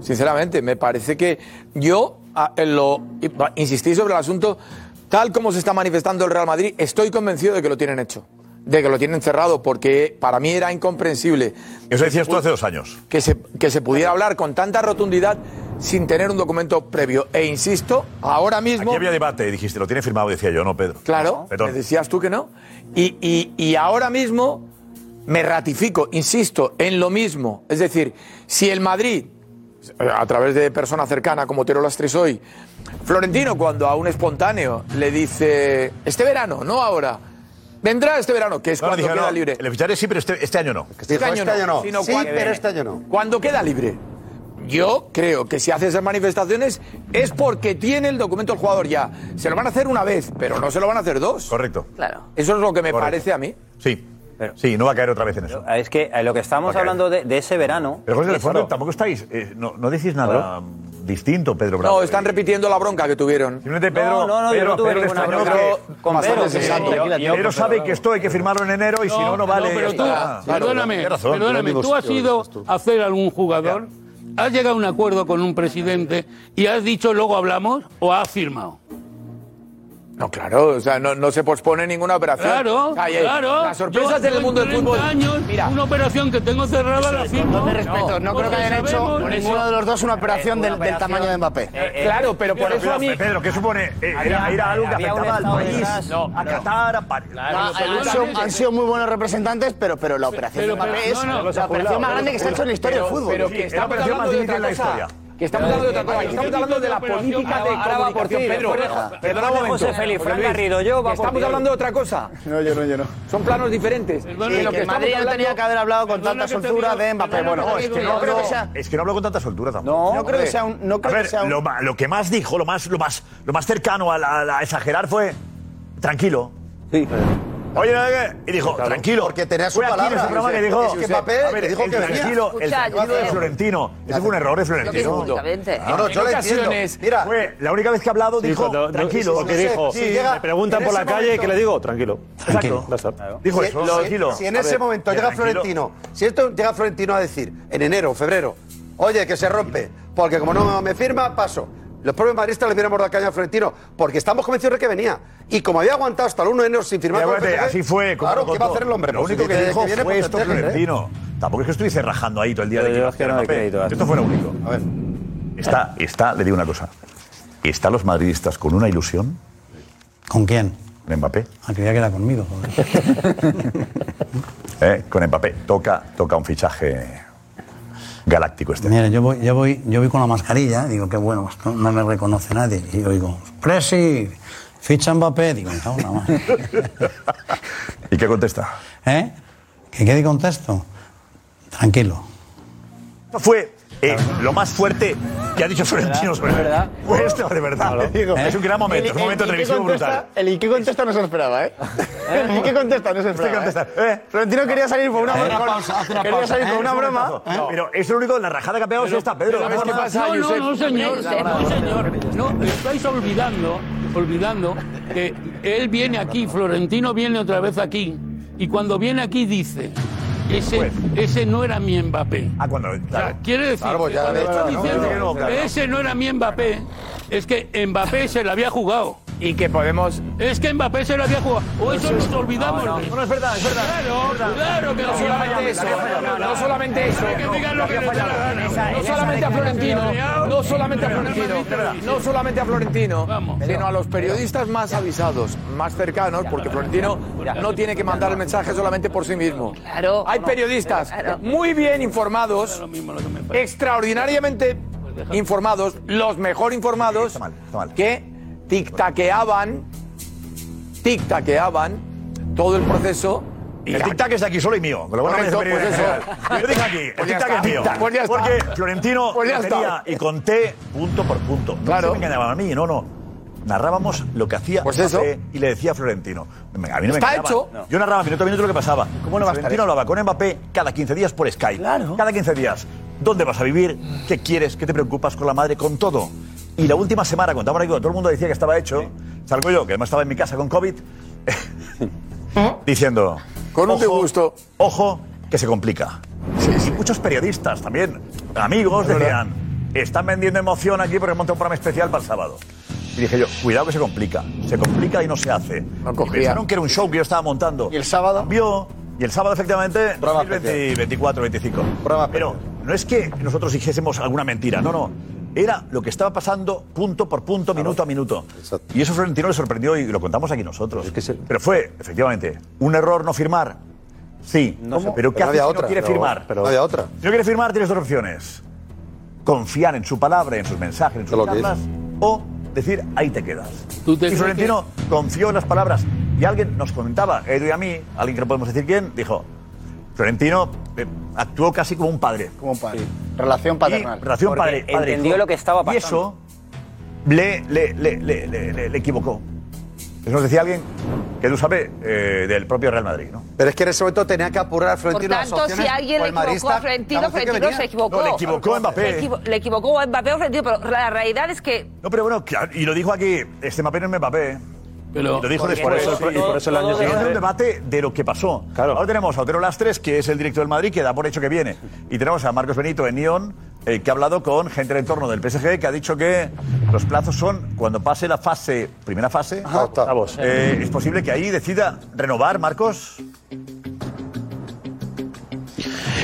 Speaker 14: Sinceramente, me parece que yo a- en lo insistí sobre el asunto tal como se está manifestando el Real Madrid, estoy convencido de que lo tienen hecho, de que lo tienen cerrado, porque para mí era incomprensible.
Speaker 1: Eso decías tú hace dos años.
Speaker 14: Que se, que se pudiera hablar con tanta rotundidad sin tener un documento previo. E insisto, ahora mismo...
Speaker 1: Aquí había debate, dijiste, lo tiene firmado, decía yo, no, Pedro.
Speaker 14: Claro,
Speaker 1: Petón.
Speaker 14: me decías tú que no. Y, y- y ahora mismo me ratifico, insisto, en lo mismo. Es decir, si el Madrid, a través de persona cercana como Tero Lastres hoy, Florentino cuando a un espontáneo le dice, este verano, no ahora, vendrá este verano, que es
Speaker 1: No, no,
Speaker 14: cuando
Speaker 1: dije,
Speaker 14: queda
Speaker 1: no,
Speaker 14: libre.
Speaker 1: el fichaje sí, pero este, este año no.
Speaker 14: Este año no, este sino cuando- Cuando queda libre. Yo creo que si hace esas manifestaciones es porque tiene el documento el jugador ya. Se lo van a hacer una vez, pero no se lo van a hacer dos.
Speaker 1: Correcto.
Speaker 15: Claro.
Speaker 14: Eso es lo que me parece a mí.
Speaker 1: Sí. sí, no va a caer otra vez en eso.
Speaker 6: Es que eh, lo que estamos
Speaker 1: Va a caer.
Speaker 6: hablando de, de ese verano.
Speaker 1: Pero José,
Speaker 6: y
Speaker 1: de
Speaker 6: eso
Speaker 1: fondo
Speaker 6: no.
Speaker 1: tampoco estáis, eh, no, no decís nada mm, distinto, Pedro Bravo.
Speaker 14: No, están repitiendo la bronca que tuvieron.
Speaker 1: Simplemente Eh, Pedro, Pedro, Pedro le extrañó que- Bastante sensato. Pedro sabe que esto hay que firmarlo en enero y si no, no vale.
Speaker 16: pero
Speaker 1: ya
Speaker 16: tú,
Speaker 1: está. Claro,
Speaker 16: perdóname,
Speaker 1: tiene razón.
Speaker 16: perdóname, tú has ido a hacer algún jugador, has llegado a un acuerdo con un presidente y has dicho luego hablamos o has firmado.
Speaker 14: No, claro, o sea, no, no se pospone ninguna operación.
Speaker 16: Claro,
Speaker 14: O sea, hay- eh,
Speaker 16: claro.
Speaker 14: Las sorpresas
Speaker 16: Yo
Speaker 14: del mundo del
Speaker 16: 30
Speaker 14: fútbol.
Speaker 16: años, una operación que tengo cerrada la firmo.
Speaker 17: Con respeto, no creo que hayan hecho ninguno de los dos una
Speaker 14: Eh,
Speaker 17: operación del, del tamaño de Mbappé.
Speaker 14: claro, pero por eso a mí-
Speaker 1: Pedro, ¿qué supone? Eh,
Speaker 17: Había-
Speaker 1: era, era algo que
Speaker 17: había un
Speaker 1: afectaba al
Speaker 17: estado
Speaker 1: país,
Speaker 17: detrás.
Speaker 1: a Qatar, a París.
Speaker 17: Ah, han, sido, han sido muy buenos representantes, pero, pero la operación
Speaker 1: Pero-
Speaker 17: de Mbappé es
Speaker 1: pero- no, no,
Speaker 17: la operación más grande que se ha hecho en la historia
Speaker 14: Pero-
Speaker 17: del fútbol.
Speaker 14: Pero que estamos hablando de otra cosa. Que estamos hablando
Speaker 17: Eh,
Speaker 14: de otra cosa. que Estamos hablando de la política de
Speaker 6: Ahora va por ti,
Speaker 14: comunicación, Pedro.
Speaker 6: después
Speaker 14: Perdona
Speaker 6: de- después de
Speaker 14: un momento.
Speaker 6: José Félix, Fran
Speaker 14: Luis,
Speaker 6: Garrido, yo, va
Speaker 14: que
Speaker 6: por
Speaker 14: Estamos
Speaker 6: ti.
Speaker 14: hablando de otra cosa.
Speaker 2: No, yo no, yo no.
Speaker 14: Son planos diferentes.
Speaker 17: Sí, que Madrid no tenía que haber hablado con tanta soltura de Mbappé. Bueno,
Speaker 1: No,
Speaker 17: es
Speaker 1: es
Speaker 17: que
Speaker 1: que
Speaker 17: no creo que sea...
Speaker 1: no hablo con tanta soltura tampoco.
Speaker 17: No creo que sea un- no creo
Speaker 1: a
Speaker 17: que
Speaker 1: ver,
Speaker 17: sea un-
Speaker 1: Lo, ma- lo que más dijo, lo más, lo más, lo más cercano a, la- a la- a exagerar fue tranquilo.
Speaker 14: Sí.
Speaker 1: Oye, ¿no? ¿qué? y dijo, tranquilo.
Speaker 17: porque tenía su
Speaker 1: Fue aquí en
Speaker 17: palabra.
Speaker 1: ese programa que
Speaker 17: Es
Speaker 1: dijo,
Speaker 17: que Mbappé
Speaker 1: a ver,
Speaker 17: le dijo
Speaker 1: el
Speaker 17: que venía.
Speaker 1: tranquilo, el
Speaker 17: Escucha,
Speaker 1: tranquilo
Speaker 17: yo
Speaker 1: de
Speaker 17: creo-
Speaker 1: Florentino. Ese fue un error de Florentino.
Speaker 17: absolutamente.
Speaker 1: Ah,
Speaker 17: No, no, yo lo entiendo.
Speaker 1: Mira, fue la única vez que ha hablado
Speaker 18: Sí,
Speaker 1: dijo
Speaker 18: cuando-
Speaker 1: tranquilo.
Speaker 18: Porque dijo,
Speaker 1: Sí, llega-
Speaker 18: me preguntan
Speaker 1: en
Speaker 18: por la
Speaker 1: ese
Speaker 18: calle,
Speaker 1: momento-
Speaker 18: ¿qué le digo? Tranquilo.
Speaker 1: Exacto.
Speaker 18: Ya está.
Speaker 1: Dijo
Speaker 8: si,
Speaker 1: eso,
Speaker 8: si-
Speaker 1: tranquilo.
Speaker 8: si en
Speaker 1: A
Speaker 8: ese
Speaker 1: ver,
Speaker 8: momento
Speaker 1: ya,
Speaker 8: llega
Speaker 1: tranquilo.
Speaker 8: Florentino, si esto llega Florentino a decir en enero, febrero, oye, que se rompe, porque como no me firma, paso. Los propios madridistas le hubiéramos dado caña a Florentino, porque estamos convencidos de que venía. Y como había aguantado hasta el 1 de enero sin firmar
Speaker 1: Mira,
Speaker 8: con el PSG,
Speaker 1: acuérdate, eh, así fue. como
Speaker 8: Claro,
Speaker 1: lo
Speaker 8: ¿qué va a
Speaker 1: contó.
Speaker 8: hacer el hombre?
Speaker 1: Lo
Speaker 8: Pues si
Speaker 1: único que,
Speaker 8: dice
Speaker 1: dijo
Speaker 8: viene,
Speaker 1: fue
Speaker 8: pues
Speaker 1: esto,
Speaker 8: festeja, ¿eh?
Speaker 1: Florentino. Tampoco es que estuviese rajando ahí todo el día de que iba a hacer Mbappé. Esto fue lo único. A ver. Está, está, le digo una cosa. Está los madridistas con una ilusión.
Speaker 19: ¿Con quién?
Speaker 1: Con Mbappé.
Speaker 19: Ah, creía que era conmigo. joder.
Speaker 1: ¿eh? Con Mbappé. Toca, toca un fichaje galáctico este.
Speaker 19: Pues Mira, yo voy, yo, voy, yo voy con la mascarilla, digo, qué bueno, esto no me reconoce nadie. Y oigo, Presi, ficha Mbappé. Digo, me cago en la madre.
Speaker 1: ¿Y qué contesta?
Speaker 19: ¿Eh? ¿Qué, qué contesto? Tranquilo.
Speaker 1: Esto fue eh, lo más fuerte que ha dicho Florentino sobre verdad. Fue esto, de verdad. te digo. Es un
Speaker 5: ¿Eh?
Speaker 1: gran momento, es un momento
Speaker 17: ¿Y qué
Speaker 1: televisivo
Speaker 17: contesta?
Speaker 1: brutal.
Speaker 17: El ¿y qué contesta no se lo esperaba, ¿eh? El ¿y qué contesta no se lo esperaba? ¿eh? Florentino quería salir por una
Speaker 1: Hace
Speaker 17: broma.
Speaker 1: eh. una pausa, hace una
Speaker 17: Quería
Speaker 1: pausa.
Speaker 17: salir por
Speaker 1: Eh,
Speaker 17: una
Speaker 1: un
Speaker 17: broma.
Speaker 1: momentazo. Pero es lo único, la rajada que ha pegado es esta, Pedro.
Speaker 16: Pero por más- no, no, no, señor, no, señor. No, estáis olvidando, olvidando que él viene aquí, Florentino viene otra vez aquí, y cuando viene aquí dice, ese, ese no era mi Mbappé.
Speaker 1: Pues. Ah, cuando,
Speaker 16: O sea, quiere decir,
Speaker 1: Claro, pues ya,
Speaker 16: cuando
Speaker 1: de
Speaker 16: está
Speaker 1: hecho, no,
Speaker 16: diciendo
Speaker 1: no, no, claro.
Speaker 16: que ese no era mi Mbappé, es que Mbappé se la había jugado.
Speaker 14: Y que podemos...
Speaker 16: Es que Mbappé se la había jugado. O eso
Speaker 1: Pues
Speaker 16: nos olvidamos. No,
Speaker 1: es verdad, es verdad.
Speaker 16: Claro, claro que
Speaker 14: No solamente eso, no solamente eso.
Speaker 16: que digan lo que les da la gana.
Speaker 14: No solamente a Florentino, no solamente a Florentino, no solamente a Florentino, sino a los periodistas más avisados, más cercanos, porque Florentino no tiene que mandar el mensaje solamente por sí mismo. Hay periodistas muy bien informados, extraordinariamente informados, los mejor informados, que tic-taqueaban, tic-taqueaban todo el proceso.
Speaker 1: El tic-tac es de aquí solo y mío. Con lo bueno que
Speaker 14: Correcto,
Speaker 1: es Meridiano
Speaker 14: pues eso.
Speaker 1: General. Yo dije aquí, el
Speaker 14: Pues ya
Speaker 1: tic-tac es
Speaker 14: está.
Speaker 1: mío.
Speaker 14: Pues ya está.
Speaker 1: Porque Florentino
Speaker 14: Pues ya
Speaker 1: lo tenía
Speaker 14: está.
Speaker 1: y conté punto por punto. Claro. No se me engañaban a mí, no, no. Narrábamos lo que hacía
Speaker 14: Pues eso.
Speaker 1: Mbappé y le decía a Florentino. Me- A mí no me
Speaker 14: Está
Speaker 1: engañaban.
Speaker 14: hecho.
Speaker 1: No. Yo narraba minuto a minuto lo que pasaba. ¿Cómo no
Speaker 14: va a estar
Speaker 1: Florentino
Speaker 14: hecho?
Speaker 1: hablaba con Mbappé cada 15 días por Skype. Cada 15 días. ¿Dónde vas a vivir? ¿Qué quieres? ¿Qué te preocupas con la madre? Con todo. Y la última semana, contaba que todo el mundo decía que estaba hecho, salgo yo, que además estaba en mi casa con COVID, diciendo. Con un gusto. Ojo, que se complica. Y muchos periodistas también, amigos, decían: están vendiendo emoción aquí porque monta un programa especial para el sábado. Y dije yo, cuidado que se complica. Se complica y no se hace. y pensaron que era un show que yo estaba montando. ¿Y el sábado? Cambió. Y el sábado, efectivamente, 2020, 24, 25. Pero no es que nosotros dijésemos alguna mentira, no, no. Era lo que estaba pasando punto por punto, minuto a minuto. Y eso Florentino le sorprendió y lo contamos aquí nosotros. Pero fue, efectivamente, un error no firmar. Sí,
Speaker 8: ¿Cómo? Pero
Speaker 1: pero ¿qué
Speaker 8: no
Speaker 1: haces
Speaker 8: había
Speaker 1: si
Speaker 8: otra,
Speaker 1: no quiere
Speaker 8: pero-
Speaker 1: firmar?
Speaker 8: pero- No había otra.
Speaker 1: Si no quiere firmar, tienes dos opciones. Confiar en su palabra, en sus mensajes, en sus
Speaker 8: lo que
Speaker 1: palabras, o decir, ahí te quedas.
Speaker 16: te
Speaker 1: y
Speaker 16: crees
Speaker 1: Florentino confió en las palabras. Y alguien nos comentaba, a Edu y a mí, alguien que no podemos decir quién, dijo, Florentino eh, actuó casi como un padre.
Speaker 17: Como un padre. Relación paternal.
Speaker 1: Y relación
Speaker 17: Porque
Speaker 1: padre, padre.
Speaker 17: entendió lo que estaba pasando.
Speaker 1: Y eso le, le, le, le, le- le- le equivocó. Eso nos decía alguien que tú sabes eh, del propio Real Madrid, ¿no?
Speaker 8: Pero es que en ese momento tenía que apurar a
Speaker 15: Por
Speaker 8: Florentino las
Speaker 15: tanto, si
Speaker 8: opciones,
Speaker 15: alguien
Speaker 8: o el
Speaker 15: le equivocó
Speaker 8: madridista,
Speaker 15: a Florentino,
Speaker 8: estamos diciendo que
Speaker 15: Florentino se
Speaker 8: venía.
Speaker 15: equivocó.
Speaker 1: No, le equivocó a Mbappé.
Speaker 15: Le, equivo- le equivocó a Mbappé o Florentino, pero la realidad es que
Speaker 1: No, pero bueno, claro, y lo dijo aquí, este Mbappé no es Mbappé.
Speaker 16: Pero-
Speaker 1: y lo dijo
Speaker 16: Porque
Speaker 1: después.
Speaker 16: por eso- y por eso el año
Speaker 1: Todo
Speaker 16: siguiente-
Speaker 1: es un debate de lo que pasó. Ahora tenemos a Otero Lastres, que es el director del Madrid, que da por hecho que viene. Y tenemos a Marcos Benito en Neon, eh, que ha hablado con gente del entorno del PSG, que ha dicho que los plazos son cuando pase la fase, primera fase, octavos. Eh, es posible que ahí decida renovar, Marcos.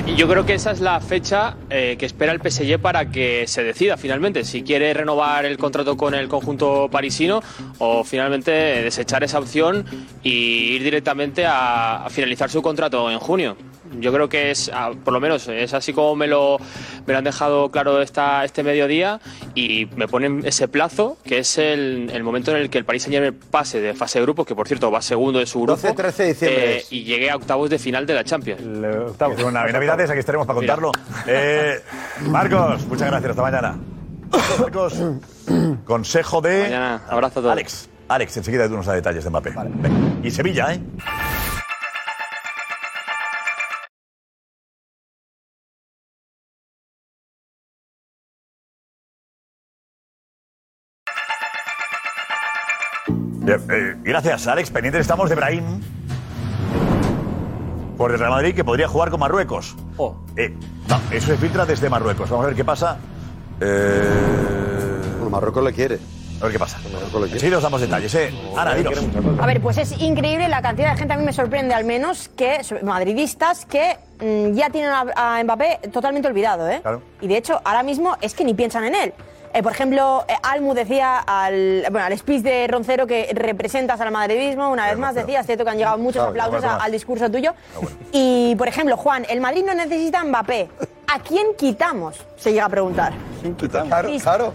Speaker 12: Y Yo creo que esa es la fecha eh, que espera el PSG para que se decida finalmente si quiere renovar el contrato con el conjunto parisino o finalmente eh, desechar esa opción y ir directamente a, a finalizar su contrato en junio. Yo creo que es, ah, por lo menos, es así como me lo, me lo han dejado claro esta, este mediodía y me ponen ese plazo, que es el, el momento en el que el Paris Saint-Germain pase de fase de grupos, que por cierto va segundo de su grupo, eh,
Speaker 8: 12-13 de diciembre es.
Speaker 12: y llegue a octavos de final de la Champions.
Speaker 1: Bueno, en Navidades aquí estaremos para contarlo. Eh, Marcos, muchas gracias. Hasta mañana. Marcos, consejo de.
Speaker 12: abrazo a todos.
Speaker 1: Alex, Alex, enseguida tú nos da detalles de Mbappé. Venga. Y Sevilla, ¿eh? Bien, eh, gracias, Alex. Pendientes estamos de Brahim. Por el Real Madrid, que podría jugar con Marruecos. Eh, no, eso se filtra desde Marruecos. Vamos a ver qué pasa.
Speaker 8: Marruecos le quiere.
Speaker 1: Eh, A ver qué pasa. Enseguida os damos detalles, ¿eh? Ana, dinos.
Speaker 3: A ver, pues es increíble la cantidad de gente, a mí me sorprende al menos, que sobre- madridistas que mm, ya tienen a, a Mbappé totalmente olvidado, ¿eh?
Speaker 1: Claro.
Speaker 3: Y de hecho, ahora mismo es que ni piensan en él. Eh, por ejemplo, eh, Almu decía al, bueno, al speech de Roncero que representas al madridismo, una vez más decías, cierto que han llegado muchos
Speaker 1: Claro,
Speaker 3: aplausos
Speaker 1: Roberto
Speaker 3: a-
Speaker 1: Más.
Speaker 3: al discurso tuyo.
Speaker 1: Ah,
Speaker 3: Y, por ejemplo, Juan, el Madrid no necesita a Mbappé. ¿A quién quitamos? Se llega a preguntar.
Speaker 8: Claro, claro.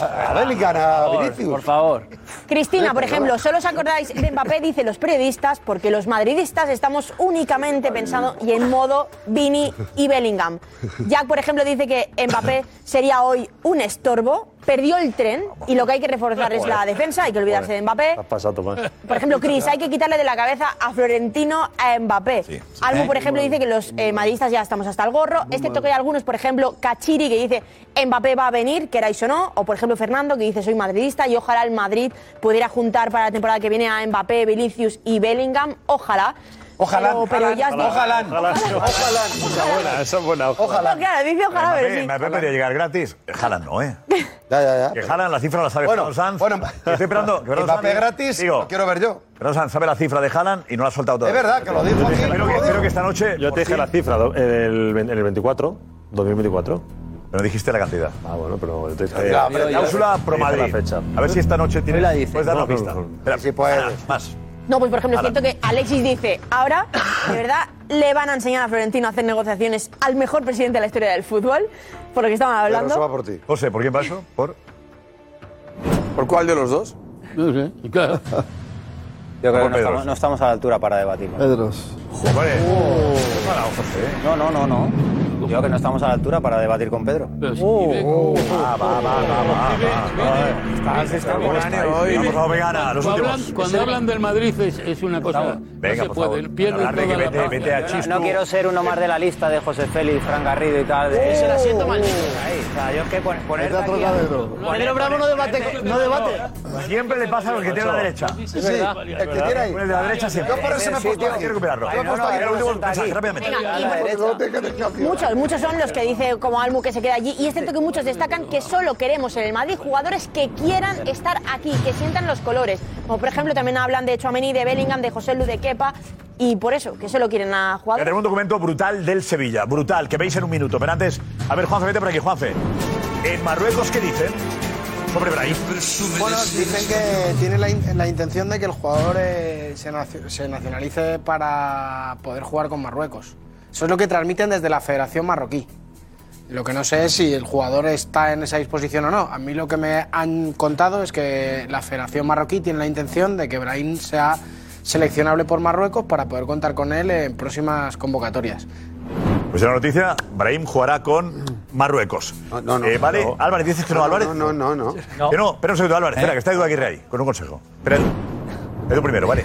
Speaker 8: A a Bellingham, a Vinicius. Por
Speaker 6: favor.
Speaker 3: Cristina, por ejemplo, solo os acordáis de Mbappé, dice los periodistas, porque los madridistas estamos únicamente pensando y en modo Vini y Bellingham. Jack, por ejemplo, dice que Mbappé sería hoy un estorbo, perdió el tren y lo que hay que reforzar es la defensa, hay que olvidarse de Mbappé.
Speaker 18: Has pasado, Tomás.
Speaker 3: Por ejemplo, Chris, hay que quitarle de la cabeza a Florentino a Mbappé. Algo, por ejemplo, dice que los eh, madridistas ya estamos hasta el gorro. Es cierto que hay algunos, por ejemplo, Cachiri, que dice Mbappé va a venir, queráis o no. O, por ejemplo, Fernando, que dice soy madridista y ojalá el Madrid pudiera juntar para la temporada que viene a Mbappé, Vinicius y Bellingham. Ojalá.
Speaker 17: Ojalá.
Speaker 3: Pero, pero ya es-
Speaker 17: Ojalá.
Speaker 1: Ojalá.
Speaker 17: Esa es buena, esa es buena.
Speaker 3: No, claro, dice ojalá, pero sí.
Speaker 1: Mbappé, Mbappé podría llegar gratis. Jalan no, ¿eh? Que Jalan la cifra la sabe
Speaker 8: Bueno,
Speaker 1: Fernando Sanz. Bueno, estoy esperando. que Fernando
Speaker 8: Mbappé
Speaker 1: Sanz-
Speaker 8: gratis, lo quiero ver yo.
Speaker 1: Fernando Sanz sabe la cifra de Jalan y no la ha soltado todavía.
Speaker 8: verdad que lo dijo
Speaker 1: Espero
Speaker 8: aquí,
Speaker 1: que-
Speaker 8: lo
Speaker 1: Espero
Speaker 8: dijo.
Speaker 1: que esta noche.
Speaker 18: Yo te dije la cifra do- en el, en el 24, 2024.
Speaker 1: Pero dijiste la cantidad.
Speaker 18: Ah, bueno, pero yo te dije.
Speaker 1: Eh, Cláusula pro
Speaker 18: Te dije
Speaker 1: Madrid.
Speaker 18: La fecha.
Speaker 1: A ver si esta noche tiene.
Speaker 18: Hoy la dice.
Speaker 1: Puedes darnos
Speaker 18: No, no,
Speaker 1: pista.
Speaker 18: no, no.
Speaker 1: Espera, Ana, Más.
Speaker 3: No, pues por ejemplo, siento que Alexis dice, ahora, de verdad, le van a enseñar a Florentino a hacer negociaciones al mejor presidente de la historia del fútbol, por lo que estaban hablando.
Speaker 8: por ti.
Speaker 1: José, ¿por quién va eso? ¿Por?
Speaker 14: ¿Por cuál de los dos?
Speaker 16: No sé, claro.
Speaker 6: Yo creo que no
Speaker 14: Pedros.
Speaker 6: estamos, no estamos a la altura para debatirlo. Pedros. No, no, no, no. Yo creo que no estamos a la altura para debatir con Pedro.
Speaker 16: Oh,
Speaker 6: Ah,
Speaker 1: Va, va, va, va, va. Vamos a vegana, los
Speaker 16: Cuando
Speaker 1: últimos.
Speaker 16: hablan, cuando hablan del Madrid es, es una cosa.
Speaker 1: Venga,
Speaker 16: no se
Speaker 1: por
Speaker 16: puede,
Speaker 1: favor.
Speaker 16: pierden
Speaker 1: Hablar de
Speaker 16: toda
Speaker 1: que
Speaker 16: la
Speaker 1: vete-
Speaker 16: paz.
Speaker 1: vete a
Speaker 6: No quiero ser uno más de la lista de José Félix, Fran Garrido y tal. De...
Speaker 7: Ese la
Speaker 1: Oh.
Speaker 7: siento mal.
Speaker 6: Ahí, o sea, yo es que pon- ponerte aquí a-
Speaker 7: Pedro Bravo no debate. No debate.
Speaker 1: Siempre le pasa a los que tienen la derecha.
Speaker 7: Sí, es verdad.
Speaker 1: el que tiene ahí. El de la derecha siempre. Yo por eso me he puesto aquí. Quiero recuperarlo.
Speaker 6: Ay, no, no,
Speaker 1: Venga,
Speaker 6: no,
Speaker 1: último
Speaker 6: senta
Speaker 1: mensaje,
Speaker 6: aquí.
Speaker 1: rápidamente.
Speaker 3: Venga, y- Muchos, muchos son los que dice como Almu que se queda allí y es cierto que muchos destacan que solo queremos en el Madrid jugadores que quieran estar aquí, que sientan los colores. Como por ejemplo también hablan de Chouameni, de Bellingham, de José Lu, de Kepa y por eso que solo quieren a jugadores.
Speaker 1: Tenemos un documento brutal del Sevilla, brutal, que veis en un minuto. Pero antes, a ver, Juanfe, vete por aquí, Juanfe. En Marruecos, ¿qué dicen sobre Brahim?
Speaker 4: Bueno, dicen que tiene la, in- la intención de que el jugador eh, se, nacio- se nacionalice para poder jugar con Marruecos. Eso es lo que transmiten desde la Federación Marroquí. Lo que no sé es si el jugador está en esa disposición o no. A mí lo que me han contado es que la Federación Marroquí tiene la intención de que Brahim sea seleccionable por Marruecos para poder contar con él en próximas convocatorias.
Speaker 1: Pues en la noticia, Brahim jugará con Marruecos.
Speaker 8: No, no,
Speaker 1: Eh, ¿Vale?
Speaker 8: no.
Speaker 1: Álvarez, ¿dices que no,
Speaker 8: No, no,
Speaker 1: Álvarez?
Speaker 8: no, no, no.
Speaker 1: Que no, espera un segundo, Álvarez, espera, que está Edu Aguirre ahí, con un consejo. Espera, Edu. Edu primero, vale.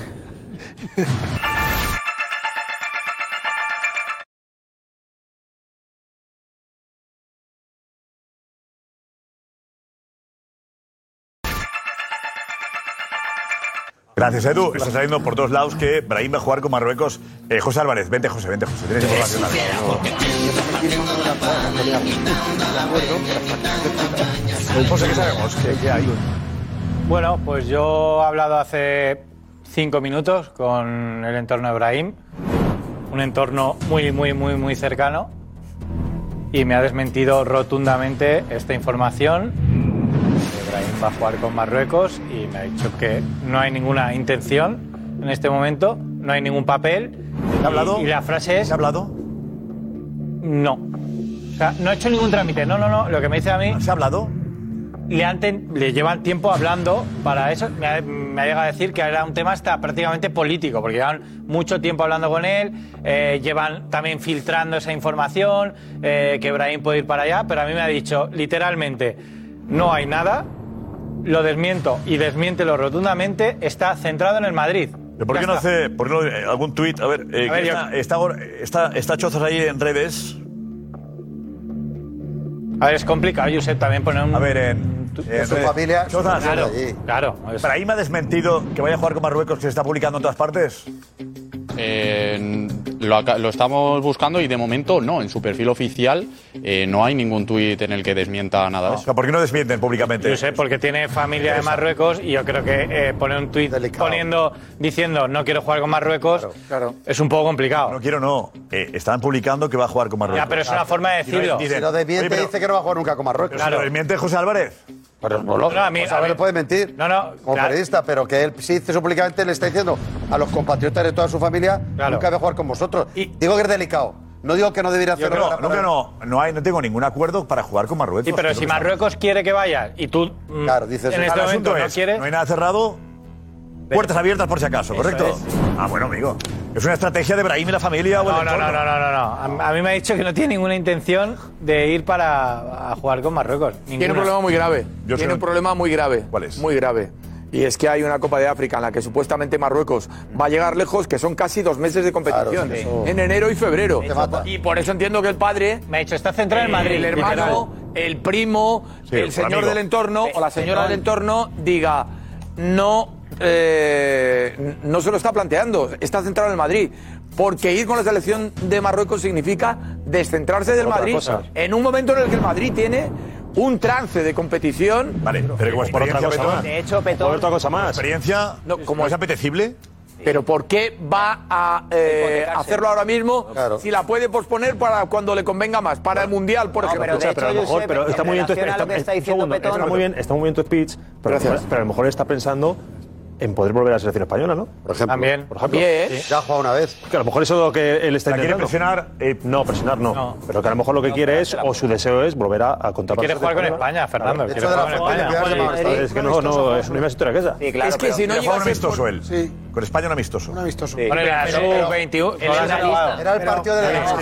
Speaker 1: Gracias, Edu. Está saliendo por todos lados que Brahim va a jugar con Marruecos. Eh, José Álvarez, vente, José, vente, José.
Speaker 20: Eh,
Speaker 1: Tienes información. José, ¿qué Pues sabemos? ¿Qué, qué hay?
Speaker 20: Bueno, pues yo he hablado hace cinco minutos con el entorno de Brahim, un entorno muy, muy, muy, muy cercano, y me ha desmentido rotundamente esta información. que Brahim va a jugar con Marruecos y me ha dicho que no hay ninguna intención en este momento, no hay ningún papel. ¿Ha hablado? Y, la frase es... ¿Ha
Speaker 1: hablado?
Speaker 20: No. O sea, no he hecho ningún trámite, no, no, no, lo que me dice a mí...
Speaker 1: ¿Se ha hablado?
Speaker 20: le, han ten- le llevan tiempo hablando para eso. Me ha, me ha llegado a decir que era un tema hasta prácticamente político, porque llevan mucho tiempo hablando con él, eh, llevan también filtrando esa información, eh, que Brahim puede ir para allá, pero a mí me ha dicho literalmente, no hay nada, lo desmiento y desmiéntelo rotundamente, está centrado en el Madrid.
Speaker 1: ¿Por
Speaker 20: Ya
Speaker 1: qué no
Speaker 20: está.
Speaker 1: hace por qué no- eh, algún tuit? A ver, eh,
Speaker 20: A ver,
Speaker 1: que
Speaker 20: yo-
Speaker 1: está, está, ahora- está, está Chozas ahí en redes.
Speaker 20: A ver, es complicado, Josep, también poner un...
Speaker 1: A ver, en, en redes. Chozas,
Speaker 20: Claro, claro.
Speaker 1: Brahim ha desmentido que vaya a jugar con Marruecos, que se está publicando en todas partes.
Speaker 21: Eh, lo, aca- lo estamos buscando y de momento no. En su perfil oficial eh, no hay ningún tuit en el que desmienta nada de eso.
Speaker 1: ¿Por qué no desmienten públicamente?
Speaker 20: Yo sé, porque tiene familia de Marruecos y yo creo que eh, poner un tuit poniendo, diciendo no quiero jugar con Marruecos, es un poco complicado.
Speaker 1: No quiero, no. Eh, están publicando que va a jugar con Marruecos.
Speaker 20: Ya, pero es una forma de
Speaker 1: Y no-
Speaker 20: decirlo.
Speaker 1: dicen,
Speaker 20: Si lo desmiente,
Speaker 1: "Oye, pero-
Speaker 20: dice
Speaker 8: que no va a jugar nunca con Marruecos.
Speaker 1: pero si lo desmiente José Álvarez.
Speaker 8: Pero no, lo-
Speaker 20: No, a mí-
Speaker 8: José Álvarez
Speaker 20: a mí-
Speaker 8: puede mentir
Speaker 20: no, no,
Speaker 8: como
Speaker 20: claro.
Speaker 8: periodista, pero que él sí dice eso públicamente le está diciendo a los compatriotas de toda su familia
Speaker 1: Claro.
Speaker 8: nunca voy a jugar con vosotros. Digo que es delicado. No digo que no debería
Speaker 1: Yo
Speaker 8: hacerlo.
Speaker 1: creo-
Speaker 8: para-
Speaker 1: no,
Speaker 8: para-
Speaker 1: que no, no, hay, no tengo ningún acuerdo para jugar con Marruecos.
Speaker 20: Sí, pero
Speaker 1: Creo
Speaker 20: si
Speaker 1: que está-
Speaker 20: Marruecos quiere que vaya y tú mm,
Speaker 1: Claro, dices,
Speaker 20: en
Speaker 1: el
Speaker 20: este
Speaker 1: asunto
Speaker 20: momento no
Speaker 1: es,
Speaker 20: quieres...
Speaker 1: no hay nada cerrado, puertas abiertas por si acaso,
Speaker 20: Eso
Speaker 1: ¿correcto?
Speaker 20: es.
Speaker 1: Ah, bueno, amigo. Es una estrategia de Brahim y la familia. o
Speaker 20: No,
Speaker 1: el
Speaker 20: no, no, no,
Speaker 1: entorno.
Speaker 20: no, no, no. A a mí me ha dicho que no tiene ninguna intención de ir para a jugar con Marruecos.
Speaker 14: Tiene un
Speaker 20: Ninguna.
Speaker 14: problema muy grave.
Speaker 20: Yo
Speaker 14: Tiene
Speaker 20: soy
Speaker 14: un problema muy grave.
Speaker 1: ¿Cuál es?
Speaker 14: Muy grave. Y es que hay una Copa de África en la que supuestamente Marruecos va a llegar lejos, que son casi dos meses de competición.
Speaker 20: Claro, sí, eso-
Speaker 14: En enero y febrero.
Speaker 20: Te mata.
Speaker 14: Y por eso entiendo que el padre.
Speaker 20: Me ha dicho, está centrado en Madrid,
Speaker 14: El hermano, el primo,
Speaker 20: Sí,
Speaker 14: el
Speaker 20: un
Speaker 14: señor
Speaker 20: amigo.
Speaker 14: del entorno o la señora del entorno diga, no, eh, no se lo está planteando, está centrado en el Madrid. Porque ir con la selección de Marruecos significa descentrarse del
Speaker 1: Otra
Speaker 14: Madrid
Speaker 1: cosa.
Speaker 14: en un momento en el que el Madrid tiene un trance de competición.
Speaker 1: Vale, pero como
Speaker 14: por otra
Speaker 1: experiencia,
Speaker 14: cosa
Speaker 1: Petón,
Speaker 14: más. De hecho, Petón- Por otra cosa más.
Speaker 1: Como experiencia,
Speaker 14: No, como-
Speaker 1: ¿no es apetecible?
Speaker 14: Pero ¿por qué va a eh, hacerlo ahora mismo
Speaker 1: Claro.
Speaker 14: si la puede posponer para cuando le convenga más? Para el Mundial, por ejemplo.
Speaker 18: Escucha, pero a lo mejor, pero está muy bien tu está- un segundo, está muy bien, está muy bien tu speech, pero, a lo mejor- pero a lo mejor está pensando en poder volver a la selección española, ¿no? Por
Speaker 8: ejemplo.
Speaker 20: También.
Speaker 18: Por ejemplo.
Speaker 14: Bien.
Speaker 18: Sí.
Speaker 8: Ya ha jugado una vez.
Speaker 18: Que a lo mejor eso es lo que él está
Speaker 1: ¿La quiere Eh,
Speaker 18: intentando. presionar? no, presionar no. Pero que a lo mejor lo que quiere es, o su deseo es, volver a, a contar
Speaker 20: Quiere
Speaker 18: la
Speaker 20: jugar con
Speaker 18: selección española.
Speaker 20: España, Fernando.
Speaker 18: De
Speaker 20: Quiere
Speaker 18: hecho, de la
Speaker 20: jugar con
Speaker 18: frontera
Speaker 20: España.
Speaker 18: que ahora llama- Es que no, no, es ¿eh? una misma historia que esa.
Speaker 1: es que si no llega un amistoso él. Con España un amistoso. Un
Speaker 4: amistoso.
Speaker 20: Bueno, la sub-21,
Speaker 1: Pero-
Speaker 20: era la lista.
Speaker 4: Era el partido de la
Speaker 1: pero-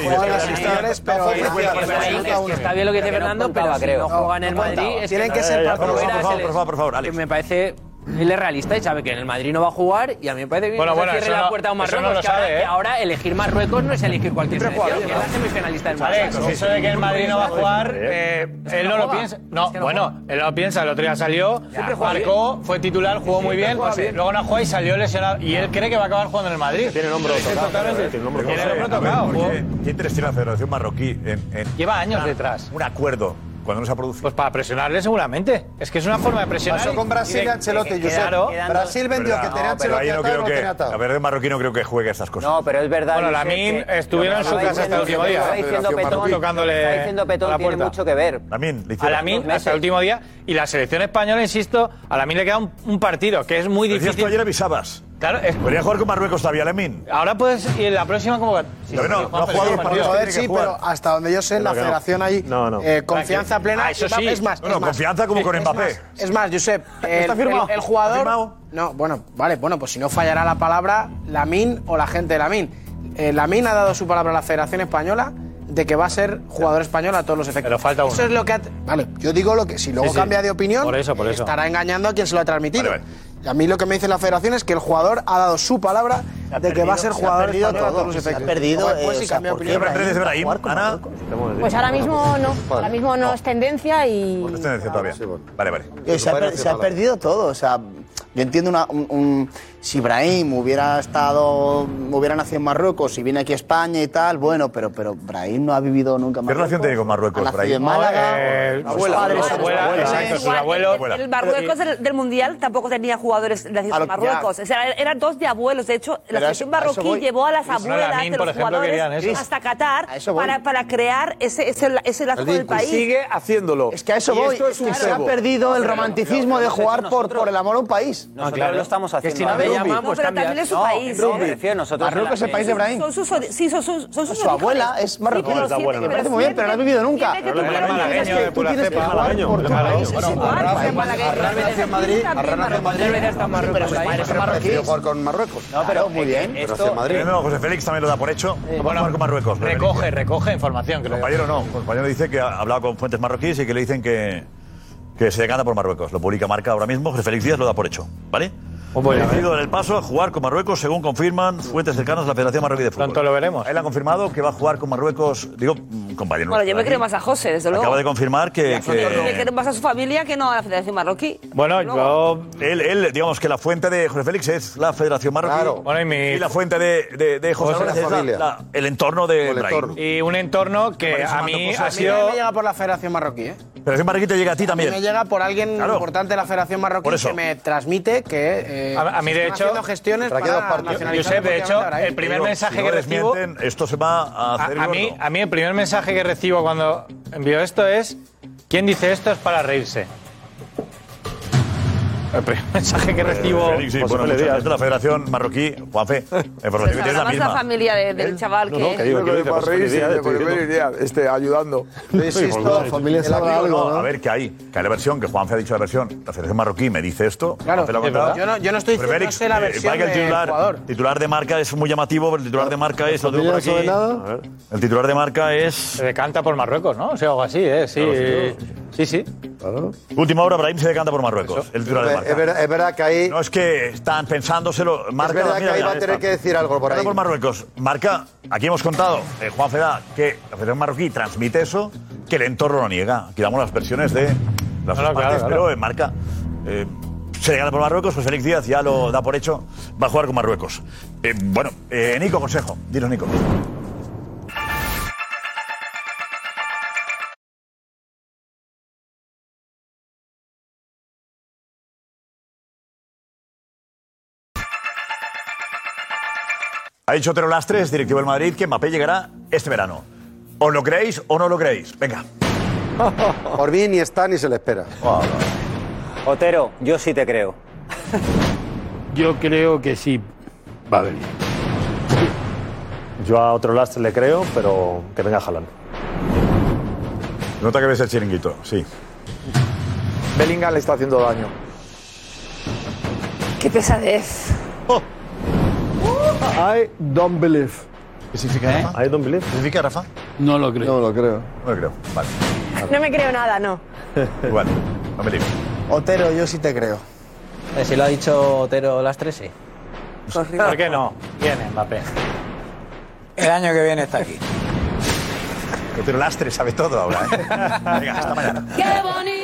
Speaker 22: Está bien lo que dice Fernando, pero si no juegan en Madrid... es
Speaker 4: Tienen que ser
Speaker 22: Eh,
Speaker 4: partidos-
Speaker 22: por favor,
Speaker 4: Por favor,
Speaker 22: por favor, por favor, Alex. Me parece... Él es realista y sabe que en el Madrid no va a jugar y a mí me parece bien
Speaker 20: Bueno,
Speaker 22: que
Speaker 20: bueno,
Speaker 22: se cierre
Speaker 20: eso
Speaker 22: la
Speaker 20: no-
Speaker 22: puerta a un
Speaker 20: eso
Speaker 22: Marruecos.
Speaker 20: no lo
Speaker 22: que ahora-
Speaker 20: sabe, ¿eh?
Speaker 22: que ahora, elegir Marruecos no es elegir cualquier selección, que es la semifinalista del Mundial.
Speaker 20: Alex, eso de que el Madrid no va a jugar, eh, él no lo piensa. No, bueno, él no lo piensa. El otro día salió, marcó, fue titular, jugó muy bien, luego no jugó y salió lesionado. Y él cree que va a acabar jugando en el Madrid. Tiene el hombro tocado. Tiene el hombro tocado.
Speaker 1: ¿Por ¿Qué qué interés tiene la Federación Marroquí en. en-
Speaker 20: Lleva años
Speaker 1: Ah,
Speaker 20: detrás.
Speaker 1: Un acuerdo. Cuando no se ha producido.
Speaker 20: Pues para presionarle seguramente. Es que es una forma de presionar.
Speaker 1: Pasó con Brasil
Speaker 20: y de-
Speaker 1: y Ancelotti,
Speaker 20: de-
Speaker 1: Josep.
Speaker 20: claro.
Speaker 1: Brasil vendió que tenía No, pero Ancelotti ahí no atado, creo no que- tenía atado. a ver, de marroquí no creo que juegue estas cosas.
Speaker 6: No, pero es verdad.
Speaker 20: Bueno,
Speaker 6: Josep,
Speaker 20: Lamine
Speaker 6: que-
Speaker 20: estuvieron en su
Speaker 6: Lo que
Speaker 20: casa hasta el último día.
Speaker 6: Está diciendo
Speaker 20: Federación
Speaker 6: Petón,
Speaker 20: Marroquí. tocándole
Speaker 6: está diciendo Petón,
Speaker 20: a la
Speaker 6: tiene
Speaker 20: puerta.
Speaker 6: mucho que ver.
Speaker 1: Lamín, le
Speaker 20: A
Speaker 1: hicieron dos
Speaker 20: Lamín
Speaker 1: meses.
Speaker 20: hasta el último día. Y la selección española, insisto, a Lamín le queda un, un partido que es muy
Speaker 1: Decías
Speaker 20: difícil.
Speaker 1: tú ayer avisabas.
Speaker 20: Claro, es-
Speaker 1: Podría jugar con Marruecos todavía, Lemín.
Speaker 20: Ahora puedes ir en la próxima como...
Speaker 1: Pero no, no ha jugado los partidos que
Speaker 4: Joder,
Speaker 1: tiene que
Speaker 4: sí,
Speaker 1: jugar.
Speaker 4: pero hasta donde yo sé, en la
Speaker 1: Pero que no.
Speaker 4: federación hay
Speaker 1: No, no.
Speaker 4: eh, confianza
Speaker 1: Tranquilo.
Speaker 4: plena.
Speaker 1: Ah, eso
Speaker 4: Mbappé
Speaker 1: sí.
Speaker 4: Es más,
Speaker 1: No, no,
Speaker 4: es más.
Speaker 1: confianza como con
Speaker 4: Es
Speaker 1: Mbappé.
Speaker 4: más, Es más, Josep, el,
Speaker 1: está firmado?
Speaker 4: el- el jugador.
Speaker 1: ¿Está firmado?
Speaker 4: No, bueno, vale, bueno, pues si no fallará la palabra Lamin o la gente de Lamin. Eh, Lamin ha dado su palabra a la Federación Española de que va a ser jugador español a todos los efectos. Pero falta
Speaker 20: uno.
Speaker 4: Eso es lo que ha- Vale, yo digo lo que si luego
Speaker 20: Sí, sí.
Speaker 4: cambia de opinión,
Speaker 20: Por eso, por eso.
Speaker 4: estará engañando a quien se lo ha transmitido. Y a mí lo que me dice la federación es que el jugador ha dado su palabra de que va a ser jugador
Speaker 5: perdido
Speaker 4: español a
Speaker 5: todo,
Speaker 4: todos los
Speaker 5: se ha
Speaker 4: efectos.
Speaker 5: perdido,
Speaker 4: Pues,
Speaker 5: eh,
Speaker 4: pues, sí,
Speaker 5: o sea,
Speaker 4: cambia
Speaker 5: ¿por
Speaker 4: opinión.
Speaker 5: qué Ibrahim va a jugar como
Speaker 1: Ana.
Speaker 3: Pues ahora mismo no. Ahora mismo no es tendencia y.
Speaker 1: todavía. Vale, vale.
Speaker 5: Eh, Se ha, per- se ha perdido todo. O sea, yo entiendo una, un, un- si Brahim hubiera estado, hubiera nacido en Marruecos y viene aquí a España y tal, bueno, pero pero Brahim no ha vivido nunca en
Speaker 1: ¿Qué
Speaker 5: Marruecos.
Speaker 1: relación tiene con Marruecos,
Speaker 5: Ha nacido
Speaker 1: Brahim?
Speaker 5: en Málaga.
Speaker 1: Eh,
Speaker 5: sus
Speaker 1: abuela,
Speaker 5: padres,
Speaker 1: abuela,
Speaker 5: sus
Speaker 1: abuela,
Speaker 5: abuelos.
Speaker 1: exacto, sus abuelos. Abuela.
Speaker 15: El Marruecos del, del Mundial tampoco tenía jugadores nacidos
Speaker 5: A lo-
Speaker 15: en Marruecos.
Speaker 5: ya.
Speaker 15: O sea, eran dos de abuelos. De hecho,
Speaker 5: Pero
Speaker 15: la
Speaker 5: a
Speaker 15: selección
Speaker 5: eso- a eso
Speaker 15: marroquí
Speaker 5: voy.
Speaker 15: llevó a las
Speaker 5: Eso,
Speaker 15: abuelas
Speaker 5: Lamine,
Speaker 15: de
Speaker 5: por
Speaker 15: los
Speaker 5: ejemplo,
Speaker 15: jugadores
Speaker 5: querían eso.
Speaker 15: hasta Qatar
Speaker 5: eso voy.
Speaker 15: para, para crear ese, ese, ese lazo del país.
Speaker 14: Sigue haciéndolo.
Speaker 5: Es que a eso
Speaker 14: Y
Speaker 5: voy.
Speaker 14: esto es
Speaker 5: es que
Speaker 14: un
Speaker 5: se ha
Speaker 14: cebo.
Speaker 5: perdido el
Speaker 14: Pero-
Speaker 5: romanticismo de jugar por, por el amor a un país.
Speaker 6: Nosotros lo estamos haciendo.
Speaker 5: si no te llaman, pues
Speaker 15: ¿eh? pero
Speaker 5: cambias.
Speaker 15: también es su
Speaker 5: No,
Speaker 15: país.
Speaker 5: rugby.
Speaker 15: ¿eh?
Speaker 5: Me refiero, nosotros en
Speaker 15: Marruecos
Speaker 5: la-
Speaker 15: es el país de Ibrahim. Son sus, ori- sí, son sus, son sus
Speaker 5: Su abuela
Speaker 15: orígenes.
Speaker 5: es marroquí.
Speaker 15: Sí, pero
Speaker 5: Es la
Speaker 15: siente-
Speaker 5: abuela, no.
Speaker 15: pero
Speaker 5: Me parece muy bien,
Speaker 15: siente
Speaker 5: pero no has
Speaker 15: que-
Speaker 5: vivido nunca.
Speaker 15: siente que
Speaker 5: Pero
Speaker 15: tu
Speaker 5: es
Speaker 15: abuela-
Speaker 5: malagueño de pura cepa. Malagueño, de malagueño. Bueno,
Speaker 15: Arras en Malagueño.
Speaker 8: Arran nació en Madrid. Pero sus padres son marroquíes. jugar con Marruecos. No, pero muy bien. Pero hacia Madrid.
Speaker 1: Pero no, Eh, José Félix también lo da por hecho. Bueno, con Marruecos.
Speaker 20: Recoge, recoge información. Que
Speaker 1: El compañero no. El compañero dice que ha hablado con fuentes marroquíes y que le dicen que, que se decanta por Marruecos. Lo publica Marca ahora mismo. José Félix Díaz lo da por hecho. ¿Vale?
Speaker 8: Pues
Speaker 20: voy a ver.
Speaker 8: ¿eh?
Speaker 1: Decidido en el paso a jugar con Marruecos, según confirman fuentes cercanas a la Federación Marroquí de Fútbol. Tanto lo veremos. Él ha confirmado que va a jugar con Marruecos. Digo, mm, compañero.
Speaker 15: Bueno, yo me creo más a José, desde luego.
Speaker 1: Acaba de confirmar que.
Speaker 15: Yo me creo más a su familia que no a la Federación Marroquí.
Speaker 1: Bueno, yo. Él, él, digamos que la fuente de José Félix es la Federación Marroquí.
Speaker 20: Bueno, y mi-
Speaker 1: la fuente de, de, de José,
Speaker 20: José
Speaker 1: Álvarez
Speaker 20: la
Speaker 1: es la-
Speaker 20: familia.
Speaker 1: la- el entorno de Brahim.
Speaker 20: Y un entorno que a mí ha sido...
Speaker 4: me llega por la Federación Marroquí, ¿eh?
Speaker 1: Pero ese marroquí te llega a ti
Speaker 4: A mí
Speaker 1: también.
Speaker 4: me llega por alguien
Speaker 1: Claro.
Speaker 4: importante de la Federación Marroquí que me transmite que. eh,
Speaker 20: A- a mí,
Speaker 4: se
Speaker 20: de
Speaker 4: están
Speaker 20: hecho,
Speaker 4: haciendo gestiones
Speaker 20: para
Speaker 4: para,
Speaker 20: que dos partidos.
Speaker 4: nacionalizar
Speaker 20: Josep, de
Speaker 4: deportivamente
Speaker 20: hecho,
Speaker 4: a Brahim.
Speaker 20: el primer
Speaker 1: Digo,
Speaker 20: mensaje
Speaker 1: si no
Speaker 20: que recibo-
Speaker 1: desmienten, esto se va a
Speaker 20: A,
Speaker 1: hacer
Speaker 20: a
Speaker 1: gordo.
Speaker 20: mí, a mí el primer mensaje que recibo cuando envío esto es ¿Quién dice esto es para reírse? El primer mensaje que recibo...
Speaker 1: Félix, sí, bueno, muchas gracias. la Federación Marroquí, Juanfe, la información que tienes es
Speaker 15: Sabrá
Speaker 1: la
Speaker 15: más la
Speaker 1: misma. ¿Eh?
Speaker 15: familia de- del chaval que...
Speaker 18: este
Speaker 14: para reírse, ¿eh?
Speaker 18: ¿eh?
Speaker 1: Felicidades,
Speaker 14: por
Speaker 1: estoy
Speaker 14: ver idea, este, ayudando.
Speaker 1: Pues El amigo, no, A ver, que hay, que hay la versión, que Juanfe ha dicho la versión. La Federación Marroquí me dice esto.
Speaker 4: Claro,
Speaker 1: Juanfe lo ha
Speaker 4: es
Speaker 1: contado.
Speaker 4: verdad. Yo no- yo no estoy
Speaker 1: Pero
Speaker 4: diciendo,
Speaker 1: Félix,
Speaker 4: no sé la
Speaker 1: eh,
Speaker 4: versión
Speaker 1: vaya que
Speaker 4: del
Speaker 1: el titular,
Speaker 4: jugador.
Speaker 1: titular de marca es muy llamativo, pero el titular de marca es... Lo tengo por
Speaker 20: familia
Speaker 1: aquí.
Speaker 20: no sabe nada.
Speaker 1: A ver. El titular de marca es... Se
Speaker 20: decanta por Marruecos, ¿no? O sea, algo así, ¿eh? Sí,
Speaker 1: Claro, sí,
Speaker 20: eh, sí. sí.
Speaker 1: Última hora, Brahim se decanta por Marruecos. El titular de
Speaker 8: Es
Speaker 1: marca.
Speaker 8: verdad- es verdad que ahí...
Speaker 1: No es que están pensándoselo. Marca,
Speaker 8: Es verdad
Speaker 1: mira,
Speaker 8: que ahí
Speaker 1: mira,
Speaker 8: va a tener
Speaker 1: está.
Speaker 8: que decir algo por
Speaker 1: Ahora
Speaker 8: ahí.
Speaker 1: por Marruecos. Marca, aquí hemos contado, eh, Juan Feda, que la Federación Marroquí transmite eso, que el entorno lo niega. Aquí damos las versiones de las dos
Speaker 20: Claro, claro,
Speaker 1: partes,
Speaker 20: claro.
Speaker 1: pero eh, Marca eh, se le gana por Marruecos, pues Félix Díaz ya lo da por hecho, va a jugar con Marruecos. Eh, bueno, eh, Nico, consejo. Dinos, Nico. Ha dicho Tero Lastres, directivo del Madrid, que Mbappé llegará este verano. ¿O lo creéis o no lo creéis? Venga.
Speaker 8: Por mí ni está ni se le espera.
Speaker 6: Otero, yo sí te creo.
Speaker 16: Yo creo que sí.
Speaker 18: Va a venir. Yo a otro lastre le creo, pero que venga Haaland.
Speaker 1: Nota que ves el chiringuito, sí.
Speaker 14: Bellingham le está haciendo daño.
Speaker 15: Qué pesadez.
Speaker 1: Oh.
Speaker 18: I don't believe.
Speaker 1: ¿Qué significa
Speaker 18: Rafa? I don't believe. ¿Qué
Speaker 1: significa Rafa?
Speaker 16: eh? No lo creo.
Speaker 18: No lo creo.
Speaker 1: No lo creo. Vale.
Speaker 3: No me creo nada, no.
Speaker 1: Igual, no me lío.
Speaker 5: Otero, yo sí te creo.
Speaker 6: Si lo ha dicho Otero Lastre, sí.
Speaker 20: ¿Por qué no? Viene Mbappé.
Speaker 6: El año que viene está aquí.
Speaker 1: Otero Lastre sabe todo ahora. ¿eh? Venga, hasta mañana.
Speaker 10: Qué bonito.